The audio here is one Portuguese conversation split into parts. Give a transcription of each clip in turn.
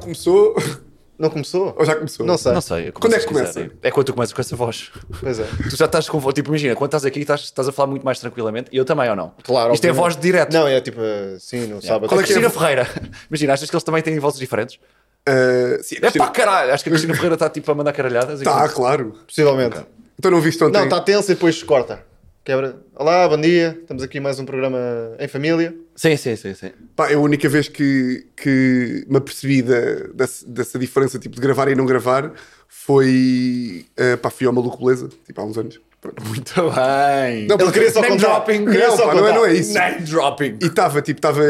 começou? Não começou? Ou já começou? Não sei. Não sei. eu Quando é que começo se começa? quiser. É quando tu começas com essa voz. Pois é. Tu já estás com voz. Tipo, imagina, quando estás aqui, estás, estás a falar muito mais tranquilamente. E eu também, ou não? Claro, Isto é obviamente. voz de direto. Não, é tipo assim, no sábado. Qual é a que é Cristina a vo- Ferreira? Imagina, achas que eles também têm vozes diferentes? Ah, sim, a É Cristina- pá, caralho! Acho que a Cristina Ferreira está tipo a mandar caralhadas. e- Tá, claro. Possivelmente. Então não viste ontem? Não, tá. está tenso e depois corta. Quebra. Olá, bom dia. Estamos aqui mais um programa em família. Sim, sim, sim, sim. Pá, é a única vez que, que me apercebi da- dessa, dessa diferença tipo, de gravar e não gravar foi. eh, pá, fui ao Maluco Beleza, tipo, há uns anos. Pronto. Muito bem. Não, Ele queria só Name contar. dropping. Queria Não, só pá, contar. não é- não é isso. Name dropping. E estava, tipo, estava.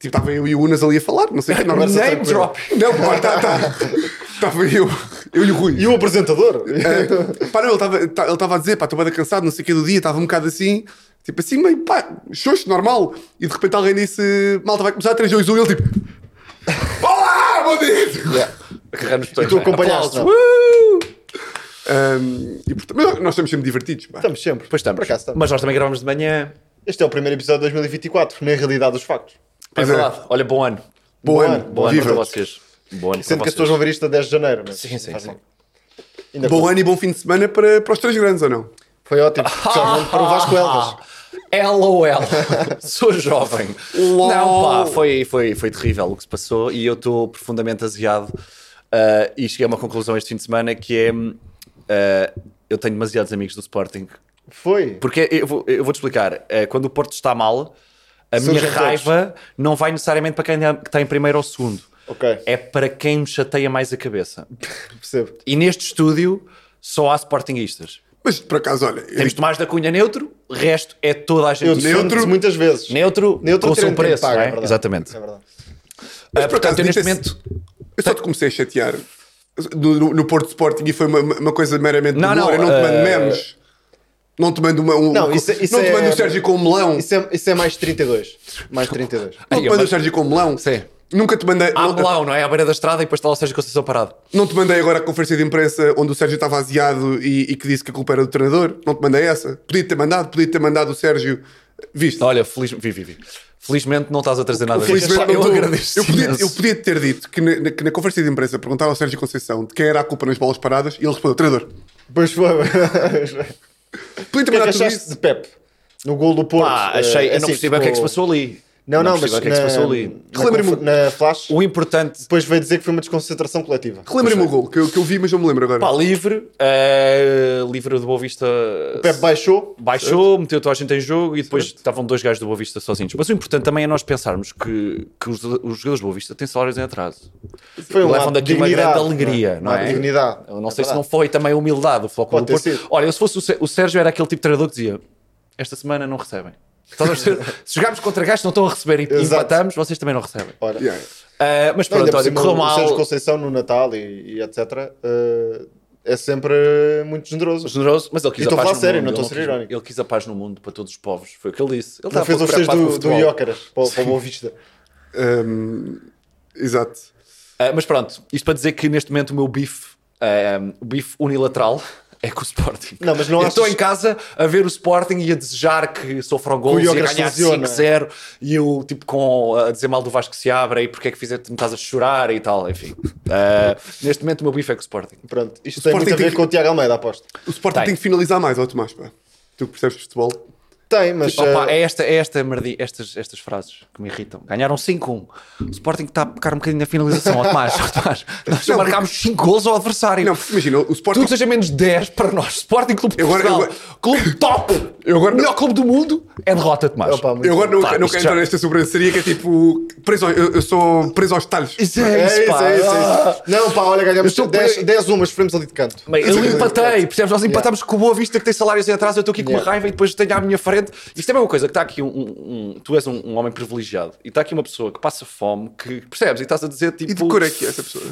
Tipo, estava eu e o Unas ali a falar, não sei o que. Não, tá Conversa Name tranquila. dropping. não pá, tá, tá. Estava eu, eu e o Rui. E o apresentador? Eh, pá, não, ele estava tá- ele estava a dizer, pá, estou bem cansado, não sei o que do dia, estava um bocado assim, tipo assim, meio pá, xoxo, normal. E de repente alguém disse, malta, vai começar 3, 2, 1, e ele tipo, olá, bom dia! A carregar nos botões, tu não é? acompanhaste, Aplausos. Um, e, portanto, mas nós estamos sempre divertidos, pá. Estamos sempre. Pois estamos. Por acaso estamos. Mas nós também gravamos de manhã. Este é o primeiro episódio de 2024, na realidade dos factos. Pois é é. verdade. Olha, bom ano. Bom Boa, ano, Bom ano viva. para vocês. Bom ano Sendo para que as pessoas vão vocês. ver isto a 10 de janeiro. Mas Sim, sim, faz sim. mal. Ainda Bom bom. ano e bom fim de semana para, para os três grandes, ou não? Foi ótimo. Especialmente para o Vasco Elvas. Ah, LOL, sou jovem. Lol. Não, pá, foi, foi, foi terrível o que se passou e eu estou profundamente aziado. ah, e cheguei a uma conclusão este fim de semana que é: hum, ah, eu tenho demasiados amigos do Sporting. Foi. Porque eu vou- eu vou-te explicar: ah, quando o Porto está mal, a Surgem minha todos. raiva não vai necessariamente para quem está em primeiro ou segundo, Ok, é para quem me chateia mais a cabeça. percebo. E neste estúdio só há Sportingistas. Mas por acaso, olha, eu Temos Tomás da Cunha neutro, o resto é toda a gente Eu do Neutro- defendo-te muitas vezes. Neutro, Neutro com o tirando seu quem preço, paga, não é é? verdade. Exatamente. É verdade. Ah, por acaso, portanto, eu neste dita-se- momento... Eu só te comecei a chatear no, no- no Porto Sporting e foi uma, uma coisa meramente Não, não, não, eu não te mando eh, memes. Não te mando uma, um, Não, isso é- isso não te mando é- o Sérgio com o melão. Isso é, isso é mais 32. Mais Não 32. Ai, te mandei mas- o Sérgio com um melão. Sim. Nunca te mandei. Há Não, Belau, não é? À beira da estrada e depois está lá o Sérgio Conceição parado. não te mandei agora a conferência de imprensa onde o Sérgio estava aziado e, e que disse que a culpa era do treinador. Não te mandei essa. Podia ter mandado, podia ter mandado o Sérgio. Viste? Olha, feliz... vi, vi, vi. felizmente não estás a trazer nada disso. Felizmente, eu não tô- agradeço. eu podia, imenso. eu podia ter dito que na, na- que na conferência de imprensa perguntaram ao Sérgio Conceição de quem era a culpa nas bolas paradas e ele respondeu: treinador. Pois foi. Podia ter O que é que mandado tudo achaste isso. de Pepe? No gol do Porto. Pá, eh, achei, eu não assim, percebi o que é que se ficou- passou ali. Não, não, mas percebi o que é que se passou ali. na, Relembrem-me- conf- na flash, O importante, depois veio dizer que foi uma desconcentração coletiva. Relembrem-me o gol que eu, que eu vi, mas não me lembro agora. pá, livre, eh, livre do Boa Vista O Pepe baixou. baixou, meteu toda a gente em jogo e depois estavam dois gajos do Boa Vista sozinhos. Mas o importante também é nós pensarmos que, que os, os jogadores do Boa Vista têm salários em atraso. Foi um levam ato daqui de uma grande dignidade, alegria, não Um ato de é? Dignidade. Eu não sei É se não verdade. foi também a humildade o Flóculo Pode do ter Porto. sido. Olha, eu se fosse o, Sé- o Sérgio era aquele tipo de treinador que dizia esta semana não recebem. Estás a perceber? se jogarmos contra gajos que não estão a receber e Exato. empatamos, vocês também não recebem. Ora. Yeah. Ah, mas Não, ainda pronto, por olha, cima, correu o Sérgio mal. Conceição no Natal e, e etc. eh, é sempre muito generoso. Generoso, mas ele quis E a estou a paz falar no sério, não mundo. ele estou a ser quis- irónico. Ele quis a paz no mundo para todos os povos, foi o que ele disse. Ele Não estava fez pouco o festejo preocupado com o do, do futebol. Iócaras para, o- para o Boa Vista. Um, exato. Ah, mas pronto, isto para dizer que neste momento o meu bife, ah, o bife unilateral, é com o Sporting. Não, mas não Eu achas- estou em casa a ver o Sporting e a desejar que sofram gols e a Iócaras ganhar funciona. 5-0 e eu tipo com a dizer mal do Vasco que se abra e porque é que fizeste, me estás a chorar e tal, enfim. Ah, neste momento o meu bife é com o Sporting. Pronto, isto tem muito a Sporting ver tem- com o Tiago Almeida, aposto. O Sporting Tem. tem que finalizar mais, ó Tomás, pá. Tu que percebes de futebol. Tem, mas. Opa, eh, é esta, é esta merdi, estas, estas frases que me irritam. Ganharam 5-1. O Sporting está a pecar um bocadinho na finalização, ó Tomás. ó Tomás. Nós já Não, marcámos 5 gols ao adversário. Não, imagina, o Sporting. Tudo que seja menos 10 para nós. Sporting Clube de Eu agora- Portugal. eu Clube top. Eu agora- melhor clube do mundo é derrota, Tomás. opa, muito Eu agora não, Pá, não isto quero já- entrar nesta sobranceria que é tipo. Preso, ao- eu, eu sou preso aos talhos. Isso É é isso, isso, pá. é isso, é Ah. isso. Não, pá, olha, ganhamos estou 10, bem- 10 umas, fomos ali de canto. É Bem, é eu empatei, percebes? Nós empatámos com o Boa Vista que tem salários em atraso, eu estou aqui com uma Yeah. raiva e depois tenho à minha frente. Isto também é uma coisa que está aqui um, um- um- Tu és um, um homem privilegiado e está aqui uma pessoa que passa fome, que percebes? E estás a dizer tipo. E de cor é que é essa pessoa?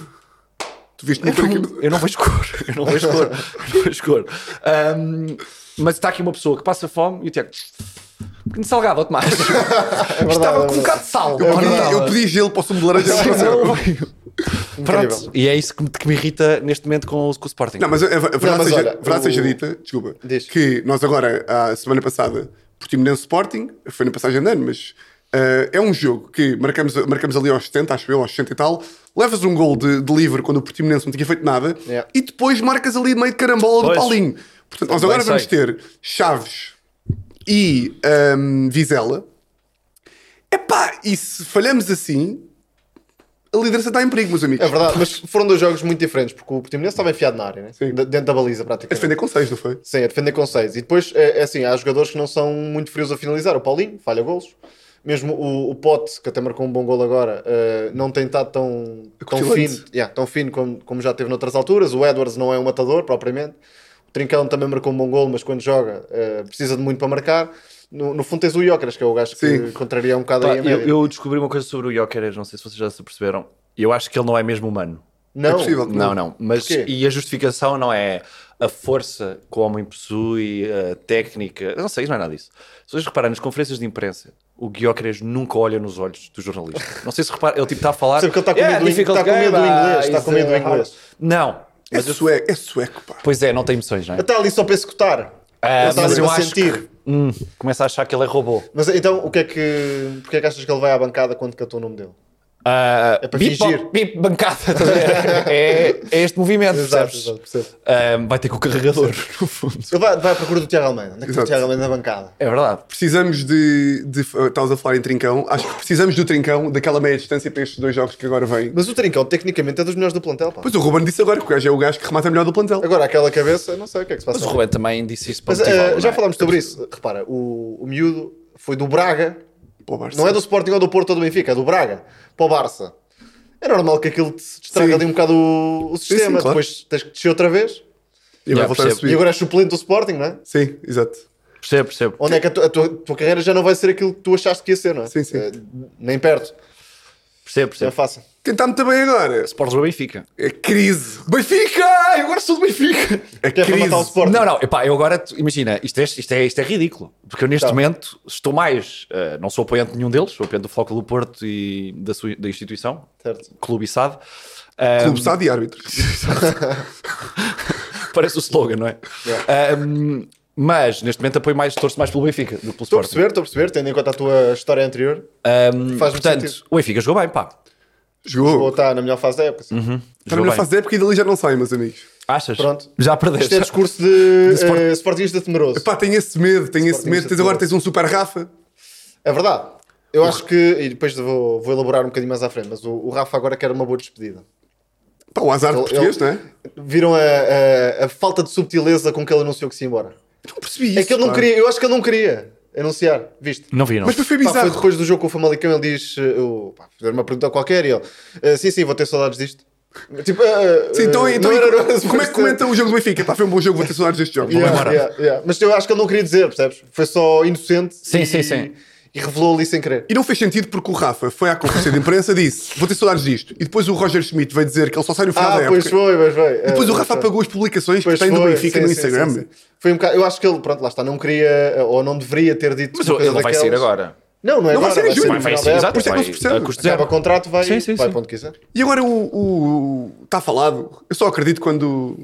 Tu viste É uma cor aqui. Eu não vejo cor, eu não vejo cor, eu não vejo cor. Ahm, mas está aqui uma pessoa que passa fome e o Tiago. Pequeno salgado, ó Tomás. Estava é com um bocado de sal. Eu ou pedi, não estava? eu pedi gelo para o sumo de laranja. Sim, não aconteceu. não. Pronto, e é isso que me, que me irrita neste momento com o, com o Sporting. Não, mas a, a verdade, Não, mas seja, olha, a verdade o- seja dita, desculpa, Diz. que nós agora, a semana passada, Portimonense Sporting, eh, foi na passagem de ano, mas ah, é um jogo que marcamos, marcamos ali aos 70, acho eu, aos 60 e tal, levas um gol de, de livre quando o Portimonense não tinha feito nada Yeah. e depois marcas ali meio de carambola Pois. do Paulinho. Portanto, nós Bem agora vamos sei. ter Chaves e hum, Vizela. Epá, e se falhamos assim, a liderança está em perigo, meus amigos. É verdade, mas foram dois jogos muito diferentes, porque o Portimonense estava enfiado na área, né? Sim. De- dentro da baliza A praticamente. defender com seis, não foi? Sim, a defender com 6. E depois, é, é assim, há jogadores que não são muito frios a finalizar. O Paulinho falha golos. Mesmo o, o Pote, que até marcou um bom gol agora, eh, não tem estado tão, tão Acutilante. fino, yeah, tão fino como, como já teve noutras alturas. O Edwards não é um matador, propriamente. O Trincão também marcou um bom gol, mas quando joga eh, precisa de muito para marcar. No, no fundo tens o Iócaras, que é o gajo que Sim. contraria um bocado Pá, aí a eu, média. eu descobri uma coisa sobre o Jokeres, não sei se vocês já se perceberam. Eu acho que ele não é mesmo humano. É Não, possível. Não, não. Mas, Porquê? e a justificação não é a força que o homem possui, a técnica. Não sei, isso não é nada disso. Se vocês repararem nas conferências de imprensa, o Guióqueres nunca olha nos olhos do jornalista. Não sei se reparam, ele tipo está a falar. Sempre que ele está com medo do in- difficult está com medo do game, inglês, ah, está com isso medo do é inglês. hard. Não. É Mas eu- sueco, é sueco, pá. pois é, não tem emoções, não é? Está ali só para executar. Ah, Ele está mas ali eu para acho que hum, começa a achar que ele é robô. Mas então, o que é que... Porquê é que achas que ele vai à bancada quando cantou o nome dele? Ah, É para bip, fingir. bip, bancada. estás a ver? é, é este movimento, Exato, percebes? exato, percebo. Ah, vai ter com o carregador, no fundo. Ele vai, vai à procura do Tiago Almeida. Onde é que está o Exato. Tiago Almeida na bancada? É verdade. Precisamos de, de. Estavas a falar em trincão. Acho que precisamos do trincão, daquela meia distância para estes dois jogos que agora vêm. Mas o Trincão, tecnicamente, é dos melhores do plantel, pá. Pois o Ruben disse agora que o gajo é o gajo que remata melhor do plantel. Agora, aquela cabeça, não sei o que é que se passa. Mas o Ruben também disse isso para Mas, o Portugal, eh, não é? já falámos sobre isso. Repara, o, o miúdo foi do Braga. Pô, Barça. Não é do Sporting ou do Porto ou do Benfica, é do Braga. Para o Barça. É normal que aquilo te estraga Sim. ali um bocado o, o sistema. sim, claro. Depois tens que descer outra vez. E vai Já, voltar a percebo. subir. E agora és suplente do Sporting, não é? Sim, exato. Percebo, percebo. Onde é que a, tua- a tua, tua carreira já não vai ser aquilo que tu achaste que ia ser, não é? Sim, sim. Eh, nem perto. Não é Percebo, percebo. fácil. Quem está muito bem agora? Sporting do Benfica. É crise. Benfica! Eu agora sou do Benfica! É Quer crise. rematar o Sporting. Não, não, epá, eu agora, tu- imagina, isto é, isto, é, isto é ridículo. Porque eu neste Tá. momento estou mais, eh, não sou apoiante de nenhum deles, sou apoiante do Foco do Porto e da, sua, da instituição, Certo. Clube Sade. Ah, Clube SAD e árbitros. parece o slogan, não é? Ah, mas neste momento apoio mais, torço mais pelo Benfica do que pelo Estou a Sporting. perceber, estou a perceber, tendo em conta a tua história anterior. Ah, Faz muito portanto, sentido. o Benfica jogou bem, pá. Ou Jogou. está na melhor fase da época. Sim. Está Jogou na melhor bem. fase da época e dali já não sai, meus amigos. Achas? Pronto. Já Isto perdeste. é discurso de, Sport- eh, Sportingista temeroso. Pá, tem esse medo, tem esse Sporting medo. Tens Setúbal. agora tens um super Rafa. É verdade. Eu acho que, e depois vou, vou elaborar um bocadinho mais à frente, mas o, o Rafa agora quer uma boa despedida. Pá, o azar do Ele- português, ele- não é? Viram a, a- a falta de subtileza com que ele anunciou que se ia embora? Não percebi isso. é que ele não pá. queria, eu acho que ele não queria anunciar, viste? Não vi, não. Mas depois foi Pá, foi bizarro. depois do jogo com o Famalicão, ele diz, eh, o- pá, fizeram uma pergunta qualquer e ele, "Eh, sim, sim, vou ter saudades disto. Tipo, eh, Sim, então, eh, então não era- não era- como é que comenta o jogo do Benfica? Pá, foi um bom jogo, vou ter saudades deste jogo. Yeah, Vamos embora. yeah, yeah. Mas eu acho que ele não queria dizer, percebes? Foi só inocente. Sim, e- sim, sim. E revelou ali sem querer. E não fez sentido porque o Rafa foi à conferência de imprensa e disse vou ter saudades disto. E depois o Roger Schmidt veio dizer que ele só sai no final Ah, da época. pois foi, É, pois foi. E é, depois o Rafa apagou as publicações que tem do Benfica no Instagram. Foi um bocado, eu acho que ele, pronto, lá está, não queria ou não deveria ter dito. Mas uma ele coisa vai daquelas. sair agora. Não, não é Não vai agora. sair em junho. no Vai final sair, da exato, época. Por isso é que não se percebe. a custo Acaba zero. o contrato, vai, Sim, sim, vai sim. para onde quiser. E agora o. Está falado. Eu só acredito quando.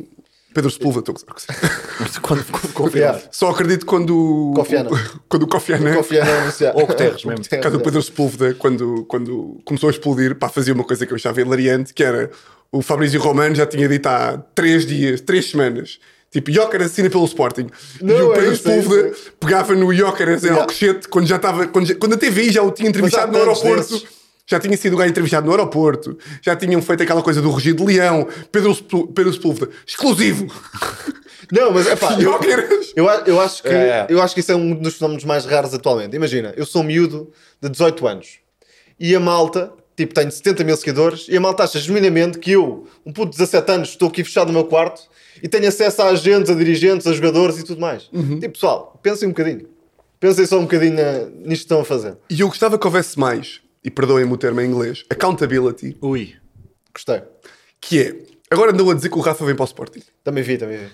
Pedro Sepúlveda, estou a gozar com você. Quando- quando- quando- Confiar. Só acredito quando. Kofi Annan. Quando o Kofi Annan. Confiar na anunciar. Ou o Guterres mesmo. Por é. causa do Pedro Sepúlveda, quando, quando começou a explodir, pá, fazia uma coisa que eu achava hilariante, que era o Fabrício Romano já tinha dito há três dias, três semanas, tipo, Jóqueres assina pelo Sporting. e Não, o é Pedro isso, é isso, Sepúlveda pegava no Jóqueres em Yeah. Alcochete, "Oh, quando já estava, quando, já- quando a TVI já o tinha entrevistado há no tantos aeroporto. desses. Já tinha sido o gajo entrevistado no aeroporto, já tinham feito aquela coisa do Rugido de Leão, Pedro, Sepú- Pedro Sepúlveda, exclusivo! Não, mas é pá, eu, Jóqueres! eu, a- eu acho que, É, é. eu acho que isso é um dos fenómenos mais raros atualmente. Imagina, eu sou um miúdo de 18 anos e a malta, tipo, tenho 70 mil seguidores e a malta acha genuinamente que eu, um puto de 17 anos, estou aqui fechado no meu quarto e tenho acesso a agentes, a dirigentes, a jogadores e tudo mais. Tipo, pessoal, pensem um bocadinho. Pensem só um bocadinho na- nisto que estão a fazer. E eu gostava que houvesse mais, e perdoem-me o termo em inglês, accountability, Ui. Gostei. que é, agora andam a dizer que o Rafa vem para o Sporting. Também vi, também vi.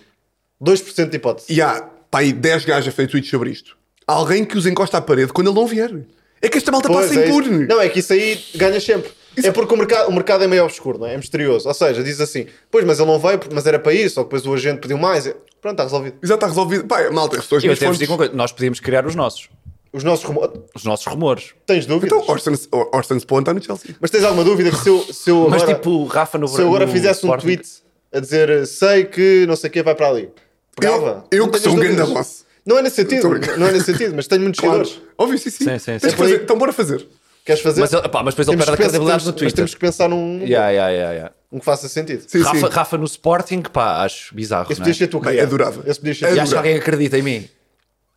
2% de hipótese. E há, pá, aí 10 gajos a fazer tweets sobre isto. Alguém que os encosta à parede quando ele não vier. É que esta malta Pois, passa é isso. impune. Não, é que isso aí ganha sempre. É porque o mercado, o mercado é meio obscuro, não é? É misterioso. Ou seja, diz assim, pois, mas ele não veio, porque- mas era para isso, ou depois o agente pediu mais. É, Pronto, está resolvido. Exato, está resolvido. Pá, malta, as pessoas Eu nas até vos fontes... digo um uma coisa, nós podíamos criar os nossos. Os nossos rumores. Os nossos rumores. Tens dúvidas? Então, Orson, Orson Spawn está no Chelsea. Mas tens alguma dúvida que se eu, se eu Mas agora, tipo, Rafa no se eu agora no fizesse um Sporting- tweet a dizer sei que não sei o que vai para ali, pegava? Eu- eu Não que tenhas sou um dúvidas. grande moço. Não é nesse sentido, Estou a brincar. não é nesse sentido, mas tenho muitos Claro. seguidores. Óbvio, sim, sim. Sim, sim, Tens sim. que fazer. Então, bora fazer. Queres fazer? Mas, ele- pá, mas depois ele Temos que perde a pensar- credibilidade no temos- mas Twitter. temos que pensar num Yeah, yeah, yeah, yeah. um que faça sentido. Sim, Rafa, sim. Rafa no Sporting, pá, acho bizarro. Esse não é? podias ser tu, Bem, É cara. adorava. Esse podias ser Adorava. E tu. acho que alguém acredita em mim.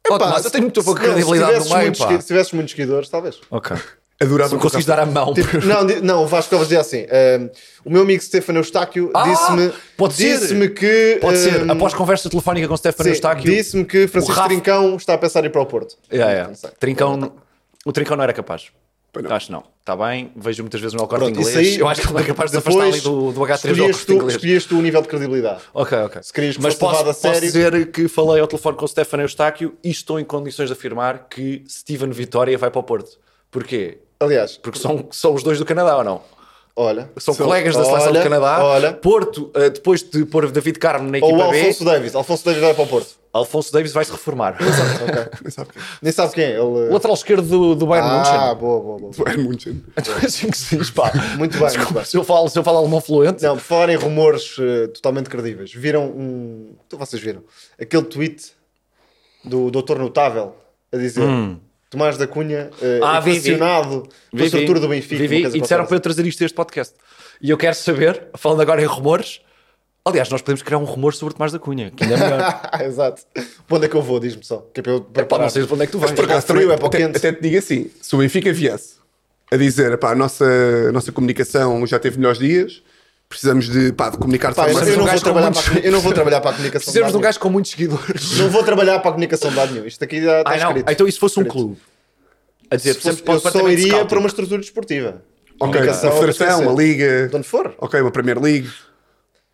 Oh, Pá, Tomás, eu tenho muito pouca se- não, credibilidade se no tivesses meio, muitos pá. segui- Se tivesses muitos seguidores, talvez. Ok. Adorava Se me conseguis o Rafa. dar a mão. Tipo, não, di- não, o Vasco Alves dizia assim: ehm, o meu amigo Stefano Eustáquio Ah, disse-me pode ser. disse que. Pode ser. ehm, Após conversa telefónica com Stefano sim, Eustáquio. Disse-me que Francisco Rafa- Trincão está a pensar em ir para o Porto. Yeah, yeah. Não sei. Trincão, o Trincão não era capaz. Pois não. Acho que não. Está bem, vejo muitas vezes no Alcorte Pronto, inglês. isso aí, eu acho que ele é capaz de afastar depois ali do, do H3 ao escolhias Alcorte tu, inglês. escolhias tu o nível de credibilidade. Ok, ok. Se querias que Mas fosse posso, levado a posso sério- dizer que falei ao telefone com o Stefano Eustáquio e estou em condições de afirmar que Steven Vitória vai para o Porto. Porquê? Aliás, Porque são, são os dois do Canadá ou não? olha. São colegas da seleção olha, do Canadá. Olha. Porto, eh, depois de pôr David Carmo na Ou o equipa B, Alfonso Davis. Alfonso Davis vai para o Porto. Alfonso Davis vai se reformar. Nem sabe quem. Nem sabe quem é. Ele... O lateral esquerdo do, do Bayern Ah, München. boa, boa, boa. Bayern München. Então é assim que se diz, pá. Muito bem, muito Desculpa, bem. se eu falo, se eu falo alemão fluente. Não, por falar em rumores eh, totalmente credíveis, viram um. tu- Vocês viram aquele tweet do Doutor Notável a dizer Tomás da Cunha eh, Hum. Ah, vi, vi. equacionado com a Vivi, estrutura do Benfica. Vivi, uma coisa e disseram para qualquer eu trazer isto a este podcast. E eu quero saber, falando agora em rumores. Aliás, nós podemos criar um rumor sobre o Tomás da Cunha, que ainda é melhor. assim. Ah, Exato. Para onde é que eu vou? Diz-me só. Que é para eu Pá, preparar. não sei para onde é que tu vais. Mas por acaso- Até- frio, é para o até, quente. até te digo assim: se o Benfica viesse a dizer pá, a nossa, a nossa comunicação já teve melhores dias, precisamos de, pá, de comunicar de Pá, forma mas eu, um não gajo vou com trabalhar muitos- para a comuni- eu não vou trabalhar para a comunicação de Precisamos de um lado gajo com muitos seguidores. nenhum. Não vou trabalhar para a comunicação de lado nenhum. Isto aqui já está Ai não, Tá escrito. então e se fosse um Escrito. clube? A dizer, Se fosse- precisamos para o eu só departamento de iria scouting. para uma estrutura desportiva. Ok, a Comunicação, Federação, a esquecer. Liga, De onde for. ok, uma Premier League.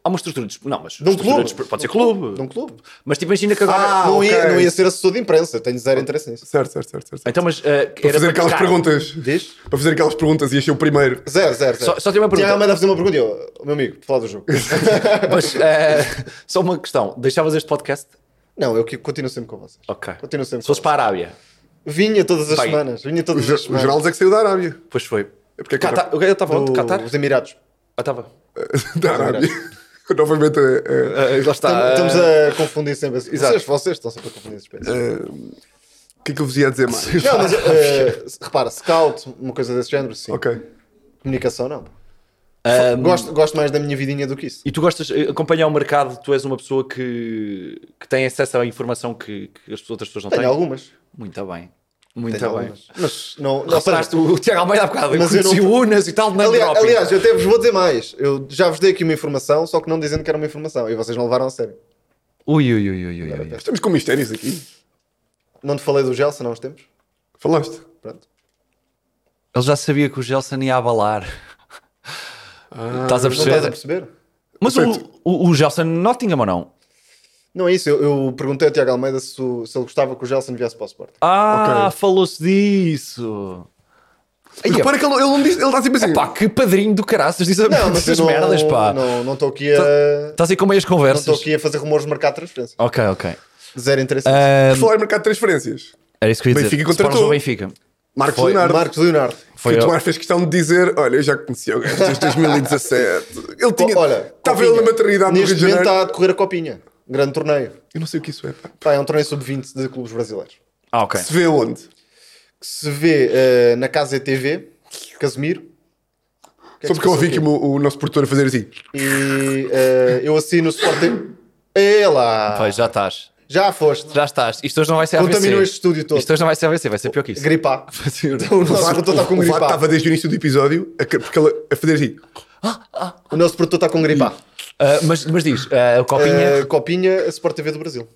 Há uma estrutura de... Não, mas... De um estrutura clube. de- Pode ser clube. De um clube. Mas tipo, imagina que agora... Ah, não, ia, ok. não ia ser assessor de imprensa, tenho zero interesse nisso. Certo, certo, certo. certo. Então, mas... Uh, para fazer aquelas pescar. perguntas. Diz? Para fazer aquelas perguntas e achei o primeiro. Zero, zero, zero. Só- só tenho uma pergunta. Tinha a fazer uma pergunta e eu, "Oh, meu amigo, por falar do jogo. Mas eh, só uma questão. Deixavas este podcast? não, eu que- continuo sempre com vocês. Ok. Continuo sempre Se fosse com para a Arábia. Vinha todas as Bem, semanas, vinha O, todas Ge- as o semanas. Geraldo é que saiu da Arábia. Pois foi. É porque é tá. Catar- Catar. Eu estava onde? do- Catar? Os Emirados. Ah, estava. Da Arábia. Novamente Ah, a- a- Eh, lá está. Tam- Estamos eh, a confundir sempre. as- exato. Vocês, vocês estão sempre a confundir as espécies. eh, O que é que eu vos ia dizer mais? Não, mas eh, repara, scout, uma coisa desse género, sim. Ok. Comunicação, não. ah, Gosto, gosto mais da minha vidinha do que isso. E tu gostas de acompanhar o mercado? Tu és uma pessoa que, que tem acesso à informação que, que as outras pessoas não Tenho têm? algumas. Muito bem. Muito Tenho Então bem. algumas. Mas não. não Reparaste o Tiago Almeida há bocado. Mas eu conheci não- o Unas e tal. é de name Aliás, dropping. aliás, eu até vos vou dizer mais. Eu já vos dei aqui uma informação, só que não dizendo que era uma informação. E vocês não levaram a sério. Ui, ui, ui, ui, ui, ui. Estamos com mistérios aqui. Não te falei do Gelson há uns tempos? Falaste? Pronto. Ele já sabia que o Gelson ia abalar. Não Ah. Estás a estás a perceber? perceber? Mas o, o, o Gelson Nottingham ou não? Não é isso. Eu, eu perguntei a Tiago Almeida se, o- se ele gostava que o Gelson viesse para o Sporting. Ah, Ok. falou-se disso. Ai, Mas repara que ele, ele não diz. Ele está sempre assim. pá, que padrinho do caraças diz Não, mas eu essas não, merdas, pá. Não não estou aqui a. Estás aí com meias Não estou conversas. aqui a fazer rumores de mercado de transferência. Ok, ok. Zero interesse. Por um, falar em mercado de transferências. Era isso que eu ia dizer. Benfica Se formos contratou. ao Benfica. Marcos Foi- Leonardo. Marcos Leonardo. Foi que o eu. Tomar fez questão de dizer: Olha, eu já conhecia o gajo desde 2017. Ele tinha. Olha, estava ele na Copinha. maternidade no Rio Neste de momento Janeiro. tá- está a decorrer a Copinha. Grande torneio. Eu não sei o que isso é. Pá. Pá, é um torneio sub-20 de clubes brasileiros. Ah, ok. Se vê onde? que é se vê eh, na casa ETV, Casemiro. Que é Só porque eu ouvi se que passou o, o nosso produtor a fazer assim. aqui? E eh, eu assino o Sporting. É lá! Pois, já estás. Já foste. Já estás. Isto hoje não vai ser ABC. Contaminou este estúdio todo. Isto hoje não vai ser ABC, vai ser pior que isso. Gripar. Então, o O nosso Vato produtor está com o Vato gripar. estava desde o início do episódio a, que- porque ele a fazer assim. O nosso produtor está com gripar. Ah, mas, mas diz, ah, a copinha. Eh, Copinha, a Sport TV do Brasil.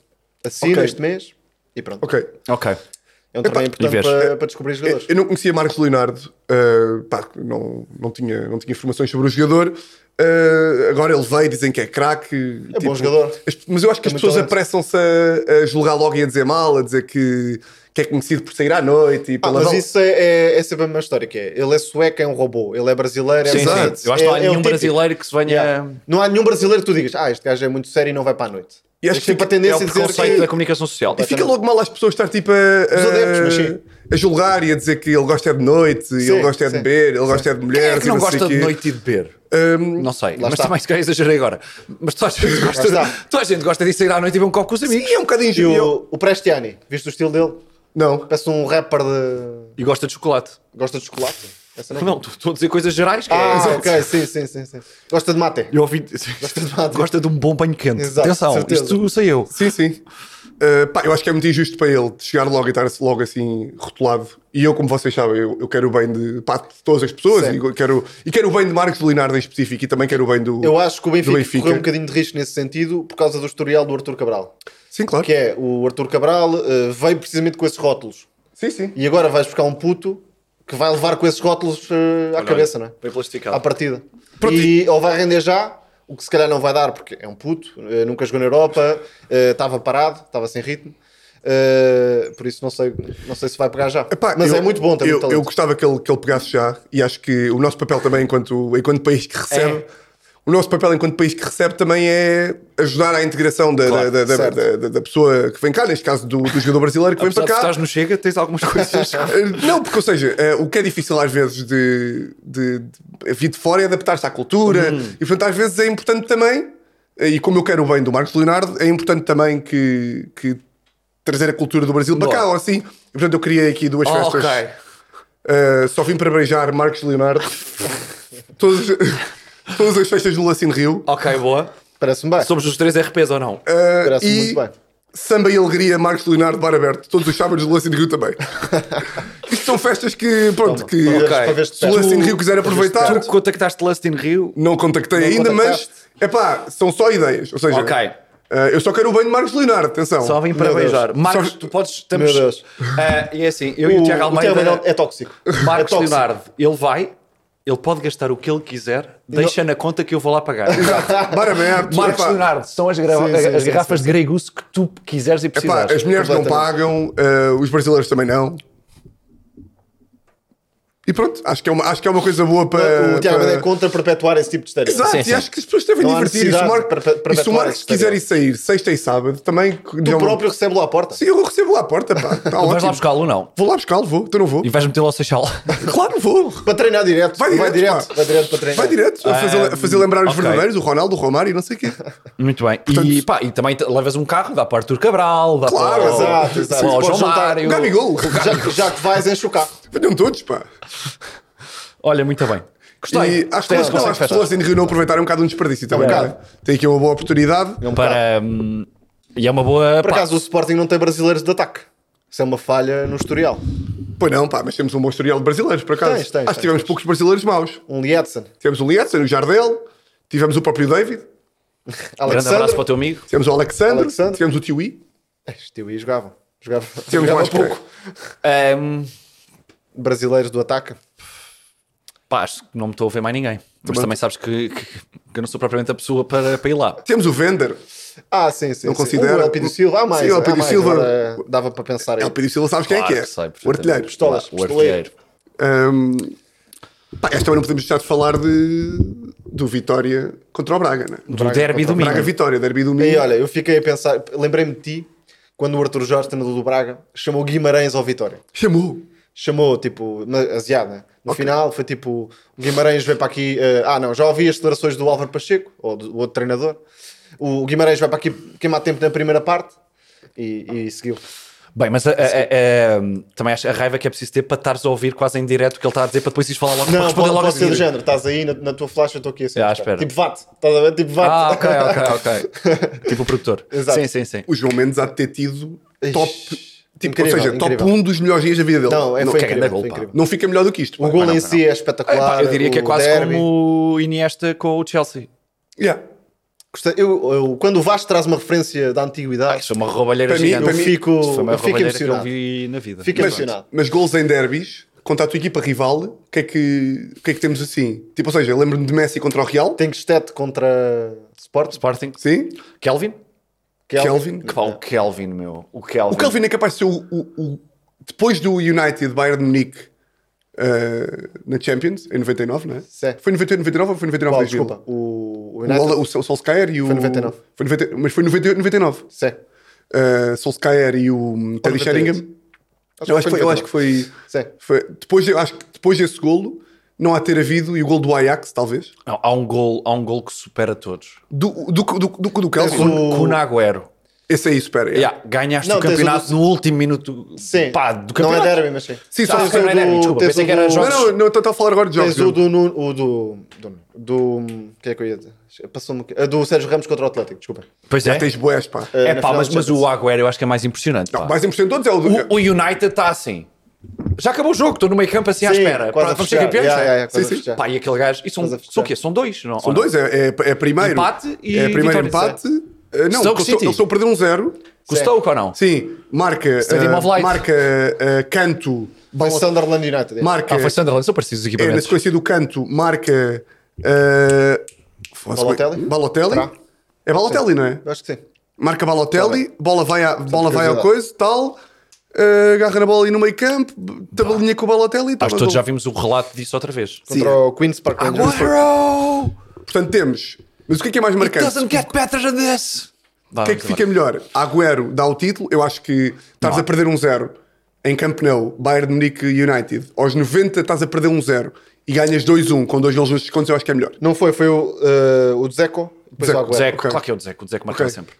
Assino Ok. este mês e pronto. Ok. Ok. É um torneio e importante vês. para, para descobrir os Eu, jogadores. eu não conhecia Marcos Leonardo, uh, pá, não, não, tinha, não tinha informações sobre o jogador. uh, agora ele veio, dizem que é craque. É bom jogador. mas eu acho que Tem as pessoas muito talento. apressam-se a, a julgar logo e a dizer mal, a dizer que, que é conhecido por sair à noite e Ah, pela mas val- isso é, é, é sempre a mesma história que é. Ele é sueco, é um robô. Ele é brasileiro, é Sim, sim. brasileiro. Eu acho que não É- é há o nenhum típico. brasileiro que se venha. Yeah. Não há nenhum brasileiro que tu digas, ah, este gajo é muito é sério e não vai para a noite. E acho que Tem fica, sempre a É tendência é a o o dizer preconceito que... da comunicação social. e fica logo mal as pessoas estar tipo a, Os adeptos, mas sim. a, a julgar e a dizer que ele gosta é de noite, e Sim, ele gosta é de sim. beber, ele gosta é de Quem mulheres. é que e não sei gosta quê. de noite e de beber? Hum, Não sei, mas está. também se calhar exagerei agora. Mas toda a gente gosta, está. toda a gente gosta de sair à noite e beber um copo com os amigos. sim, é um bocadinho E jubileu. o, o Prestiani, viste o estilo dele? Não. Parece um rapper de... E gosta de chocolate. Gosta de chocolate? Essa não. é Não, estou a dizer coisas gerais. Que é- Ah, Exato. ok, sim, sim, sim, sim. Gosta de mate. Eu ouvi. de nada. Gosta de um bom banho quente. Exato, Atenção, certeza. isto sei eu. Sim, sim. Uh, pá, eu acho que é muito injusto para ele de chegar logo e estar logo assim rotulado. E eu, como vocês sabem, eu, eu quero o bem de, pá, de todas as pessoas Sim. e eu quero, e quero o bem de Marcos Linardo em específico e também quero o bem do. Eu acho que o Benfica, Do Benfica. correu um bocadinho de risco nesse sentido por causa do historial do Arthur Cabral. Sim, claro. Que é, o Arthur Cabral eh, veio precisamente com esses rótulos. Sim, sim. E agora vais buscar um puto que vai levar com esses rótulos eh, à cabeça, não é? Bem À plastificado. partida. E ou vai render já, o que se calhar não vai dar, porque é um puto, eh, nunca jogou na Europa, eh, estava parado, estava sem ritmo. eh, por isso não sei, não sei se vai pegar já. Epá, Mas eu- é muito bom também. Eu, eu gostava que ele, que ele pegasse já e acho que o nosso papel também, enquanto, enquanto país que recebe, É. o nosso papel enquanto país que recebe também é ajudar à integração da, Claro, da, da- certo. da- da- da pessoa que vem cá, neste caso do, do jogador brasileiro que vem Apesar para de cá. estás no Chega, tens algumas coisas. Eh, Não, porque, ou seja, eh, o que é difícil às vezes de, de, de vir de fora é adaptar-se à cultura. Uhum. E, portanto, às vezes é importante também, eh, e como eu quero o bem do Marcos Leonardo, é importante também que, que trazer a cultura do Brasil para Boa. cá, ou assim. E, portanto, eu criei aqui duas festas. ok. Eh, só vim para beijar Marcos Leonardo. Todas- todas as festas do Lacino Rio. Ok, boa. Parece-me bem. Somos os três RPs ou não? Eh, Parece-me e- muito bem. Samba e Alegria, Marcos Leonardo, Bar Aberto, todos os sábados do Lacine Rio também. Isto são festas que, pronto, que Para veres- ok. assim para veres de se o perto. Lacine Rio quiser aproveitar, Tu que contactaste Lust in Rio. não contactei ainda, mas, contactaste. é pá, são só ideias. Ou seja, Ok. eh, eu só quero o banho de Marcos Leonardo, atenção. Só vim para Meu Deus. beijar. Marcos, Só- tu podes. Estamos, Meu Deus. Ah, e é assim, eu e o O- Tiago o Tiago Almeida. é tóxico. Marcos é tóxico. Leonardo, ele vai, ele pode gastar o que ele quiser, deixa na conta que eu vou lá pagar. Bar Aberto, Marcos epá, Leonardo, são as, gra- Sim, sim, as sim, garrafas de Grey Goose que tu quiseres e epá, precisares. É as mulheres não pagam, eh, os brasileiros também não. E pronto, acho que é uma, acho que é uma coisa boa para... O Tiago para- Almeida é contra perpetuar esse tipo de história. Exato, Sim, e sim. acho que as pessoas devem Não há divertir. E se o necessidade Mar- para- para- para e se o atuar Marcos esse quiser ir sair exterior. sexta e sábado, também. um- Tu próprio recebe-lo à porta. Sim, eu recebo lá à porta, pá. Tá Vais lá ótimo. buscá-lo ou não? Vou lá buscá-lo, vou. Então não vou. E vais metê-lo ao Seixal. Claro, vou. Para treinar direto. Vai direto, pá. Vai direto para treinar. Vai direto a fazer, a fazer lembrar os Ah, ok. verdadeiros, o Ronaldo, o Romário e não sei o quê. Muito bem. e, pá, e também te- levas um carro, dá para Arthur Cabral, dá Claro, para, Ah, exato, exato. para o Podes João juntar. Mário. Gabigol. Já, já que vais, enche o carro. Venham todos, pá. Olha, muito bem. Gostei. E acho que Gostei as deste conceito de festa. pessoas assim de Rio não aproveitaram um bocado um desperdício também. bocado. não é? Tem aqui uma boa oportunidade. Para, hum, e é uma boa. Por pá, acaso, o Sporting não tem brasileiros de ataque. Isso é uma falha no historial. Pois não, pá, mas temos um bom historial de brasileiros, por acaso. Tens, tens, acho que tens, tivemos poucos brasileiros maus. Um Lietzen. Tivemos o Lietzen, o Jardel, tivemos o próprio David, grande abraço para o Alexandre. teu amigo. tivemos o Alexandre, Alexandre. tivemos o Tiwi. Este aí jogavam. Jogava, Temos jogava é mais pouco. pouco. Hum, Brasileiros do ataque. pá, acho que não me estou a ver mais ninguém. Mas também sabes que, que, que eu não sou propriamente a pessoa para, para ir lá. Temos o Vender. Ah, sim, sim. Não sim. considero. O Elpidio Silva. Há mais. Sim, o Elpidio há mais. Silva. Agora, eh, dava para pensar aí. É o Pedro Silva, sabes quem é Claro que é? sei perfeitamente. o artilheiro. Pistolas, Claro, o pistoleiro. artilheiro. Hum, pá, esta também não podemos deixar de falar de, do Vitória contra o Braga, né? Do derby do Minho. Braga Vitória, Derby do Minho. E olha, eu fiquei a pensar, lembrei-me de ti, quando o Arthur Jorge, treinador do Braga, chamou Guimarães ao Vitória. Chamou. Chamou, tipo, na asiada. No final foi tipo, o Guimarães veio para aqui. eh, ah, não, já ouvi as declarações do Álvaro Pacheco, ou do outro treinador. O Guimarães vai para aqui queimar tempo na primeira parte e, e seguiu. Bem, mas eh, a- a- a- a- hum, também acho a raiva que é preciso ter para estares a ouvir quase em direto o que ele está a dizer para depois ires falar logo para Não, responder pode, logo a pode ser do seguir. género, estás aí na, na tua flash, eu estou aqui assim. Ah, à espera. Tipo, vate, estás a ver? Tipo, vate. Ah, ok, ok, ok. tipo o produtor. Exato. Sim, sim, sim. O João Mendes há de ter tido Ixi, top. Tipo, incrível, ou seja, incrível. top 1 dos melhores dias da vida dele. Não, é, não, foi, que é grande incrível, gol, foi pá. incrível. não fica melhor do que isto. O pá. gol não, em não. si é É, espetacular. pá, eu diria que é o quase derby. como o Iniesta com o Chelsea. Yeah. Gostei- Eu, eu- quando o Vasco traz uma referência da antiguidade, Ah, Isso foi uma roubalheira Para mim- gigante. para eu mim- fico, Isso foi uma eu fico roubalheira que eu impressionado. vi na vida. Fico Mas, impressionado. mas gols em derbys, contra a tua equipa rival, o que, é que, o que é que temos assim? Tipo, ou seja, eu lembro-me de Messi contra o Real. Tem Stete contra Sport, Sporting. Sim. Kelvin? Kelvin. Que pá, o Kelvin, meu. O Kelvin. O Kelvin é capaz de ser o, o- o- depois do United Bayern de Munique eh, na Champions, em 99, não é? Sim. Foi em 98, 99 ou foi em 99 Qual, 2000? desculpa, o, o O, United. Ola- o, Sol- o Solskjaer e o. Foi 99. Foi 90 mas foi 90 99. Sim. Uh, Solskjaer e o Teddy 98. Sheringham. Acho Eu que acho, que foi foi, eu acho que foi. Sim. foi- depois, de- eu acho que depois desse golo, não há ter havido, e o golo do Ajax, talvez. Não, há, um gol, há um gol que supera todos. Do, do, do, do, do Kelvin. Mas o- Kun Agüero. Esse aí supera. yeah. Yeah, ganhaste É. Não, o tens o campeonato do- no último minuto Sim. pá, do não é campeonato. derby, mas sim. Sim, só Ah, tens ok, o não é derby, do- desculpa. tens Pensei o que era do- jogos. Não, não, não, estou a falar agora de jogos. Tens o não. do, Nuno- o do, do, do- que é que eu ia dizer? Passou-me aqui. A do Sérgio Ramos contra o Atlético, desculpa. Pois Já é. tens boés, pá. É na pá, final mas, da mas Champions. o Agüero eu acho que é mais impressionante. pá. Mais importante de todos é o do. O, o United está assim. Já acabou o jogo, estou no meio campo assim à Sim, quase espera. Pá, a Vamos ser fechar. campeões? né? Yeah, yeah, yeah, quase Sim, a sim. fechar. Pá, e aquele gajo. E são, Quase a fechar. são o quê? São dois? Não, São dois, é, é, é primeiro. Empate e É primeiro vitória. empate. Uh, não, eles Stoke estão- City. eles estão a perder um zero. Gostou ou não? Sim, marca. Stadium uh, of Light. marca uh, canto. Foi Sunderland United. é. Marca. Ah, foi Sunderland, são parecidos os é, na equipamentos. sequência do canto, marca. Uh, Balotelli? Balotelli. Será? É Balotelli, não é? Eu Acho que sim. Marca Tá Balotelli, bola vai, à, bola vai ao coisa, curiosidade. tal. uh, agarra na bola ali no meio campo, b- tabelinha com o Balotelli. Tá. tava Acho que todos gol. já vimos o relato disso outra vez. tá Sim. Contra o Queen's Park Rangers. Agüero! Portanto, temos. Mas o que é que é mais It marcante? doesn't get better than this! O que é que fica melhor? Agüero dá o título. Eu acho que estás Não. a perder um zero em Camp Nou, Bayern de Munique United. Aos 90 estás a perder um zero e ganhas 2-1 com dois gols nos descontos. Eu acho que é melhor. Não foi, foi o, eh, o Dzeko, depois Dzeko, o Agüero. Zeco, Ok. claro que é o Zeco, o Zeco marca Ok. sempre.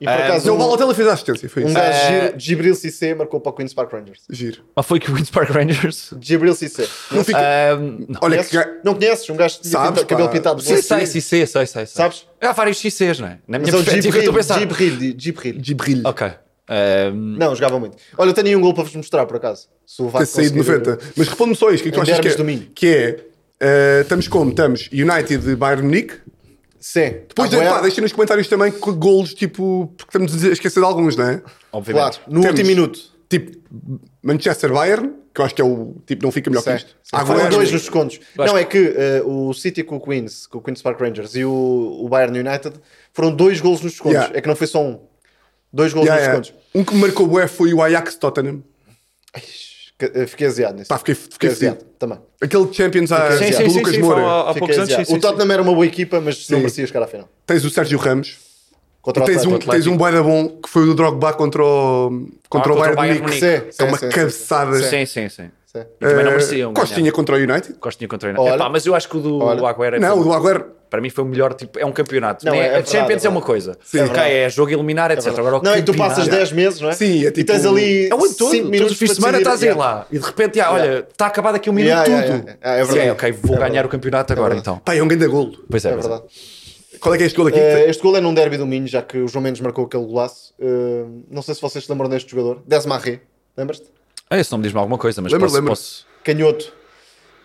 E por acaso Não, o um, Balotelli fez a assistência. Foi um isso. É gajo Eh, giro, Gibril Cissé marcou para o Queen's Park Rangers. Giro. Mas foi que o Queen's Park Rangers. Gibril Cissé. Não fica... Ah, Ahm, não. Olha, que Conheces? ga... Não conheces? Um gajo que tinha Sabes, pinta- cabelo pá. pintado. de Sim, black. sei, sim, sei, sei, sei. Sabes? Há vários XCs, não é? Na minha Mas é o perspectiva, eu estou a Gibril, pensar. Gibril, Gibril. Gibril. Ok. Ah, Ahm, Não, jogava muito. Olha, eu tenho aí um gol para vos mostrar, por acaso. Se o VAR Hum. Ter saído conseguir- 90. Mas responde-me só isto. O que é que tu Em achas que derbys é? domingo. Que é... eh, estamos como? Estamos United Bayern de Munique. Sim. Depois, de, Agüero, pá, deixem nos comentários também que golos, tipo, porque estamos a esquecer de alguns, não é? Obviamente. Claro, no Temos. último minuto. tipo Manchester Bayern, que eu acho que é o tipo, não fica melhor que Sim. isto. Sim. Foram Agüero, dois nos descontos. acho Não, é que eh, o City com o Queens, com o Queens Park Rangers e o, o Bayern United foram dois golos nos descontos. Yeah. É que não foi só um. Dois golos yeah, nos yeah. descontos. Um que me marcou bué foi o Ajax Tottenham. Que- eh, Fiquei aziado nisso. Pá, fiquei, fiquei fedido. também. Aquele Champions ah, Sim, sim, do sim, Lucas sim, Moura. foi há- há Fiquei poucos anos. aziado. sim, sim, o Tottenham era uma boa equipa, mas não merecia chegar à final. é Tens o Sérgio Ramos. Contra o tens um, Atlético. tens um bué da bom que foi o Drogba contra o, contra Ah, o Bayern contra o de Bayern Munique. Munique. Sim, É sim, uma sim, sim, cabeçada. sim. Sim, sim, sim. Sim. Também não Eh, mereciam. Costinha ganhar. contra o United. Costinha contra Olha. Olha. Epá, mas eu acho que o do Olha. Agüero é Não, foi- o do Agüero. para mim foi o melhor tipo. É um campeonato. Não, né? é- é a verdade, é Champions é, verdade. uma coisa. Sim. ok, é jogo eliminar, etc. Agora, o Não, é que tu campeonato- passas 10 meses, não é? Sim, é E tipo- tens ali É o ano 5 todo. minutos. Todos os fins para de semana decidir. estás a ir lá. E de repente, ah, olha, está acabado aqui um minuto Yeah, tudo. yeah, yeah. Ah, é Sim, verdade. ok, vou É ganhar verdade. o campeonato agora verdade. então. Pá, é um grande golo. Pois é, É pois é. verdade. Qual é que é este golo aqui? Eh, este gol é num derby do Minho, já que o João Mendes marcou aquele golaço. Eh, não sei se vocês se lembram deste jogador. Desmarré, lembras-te? Ah, esse nome diz-me alguma coisa, mas Lembro, posso, lembro. posso- Canhoto.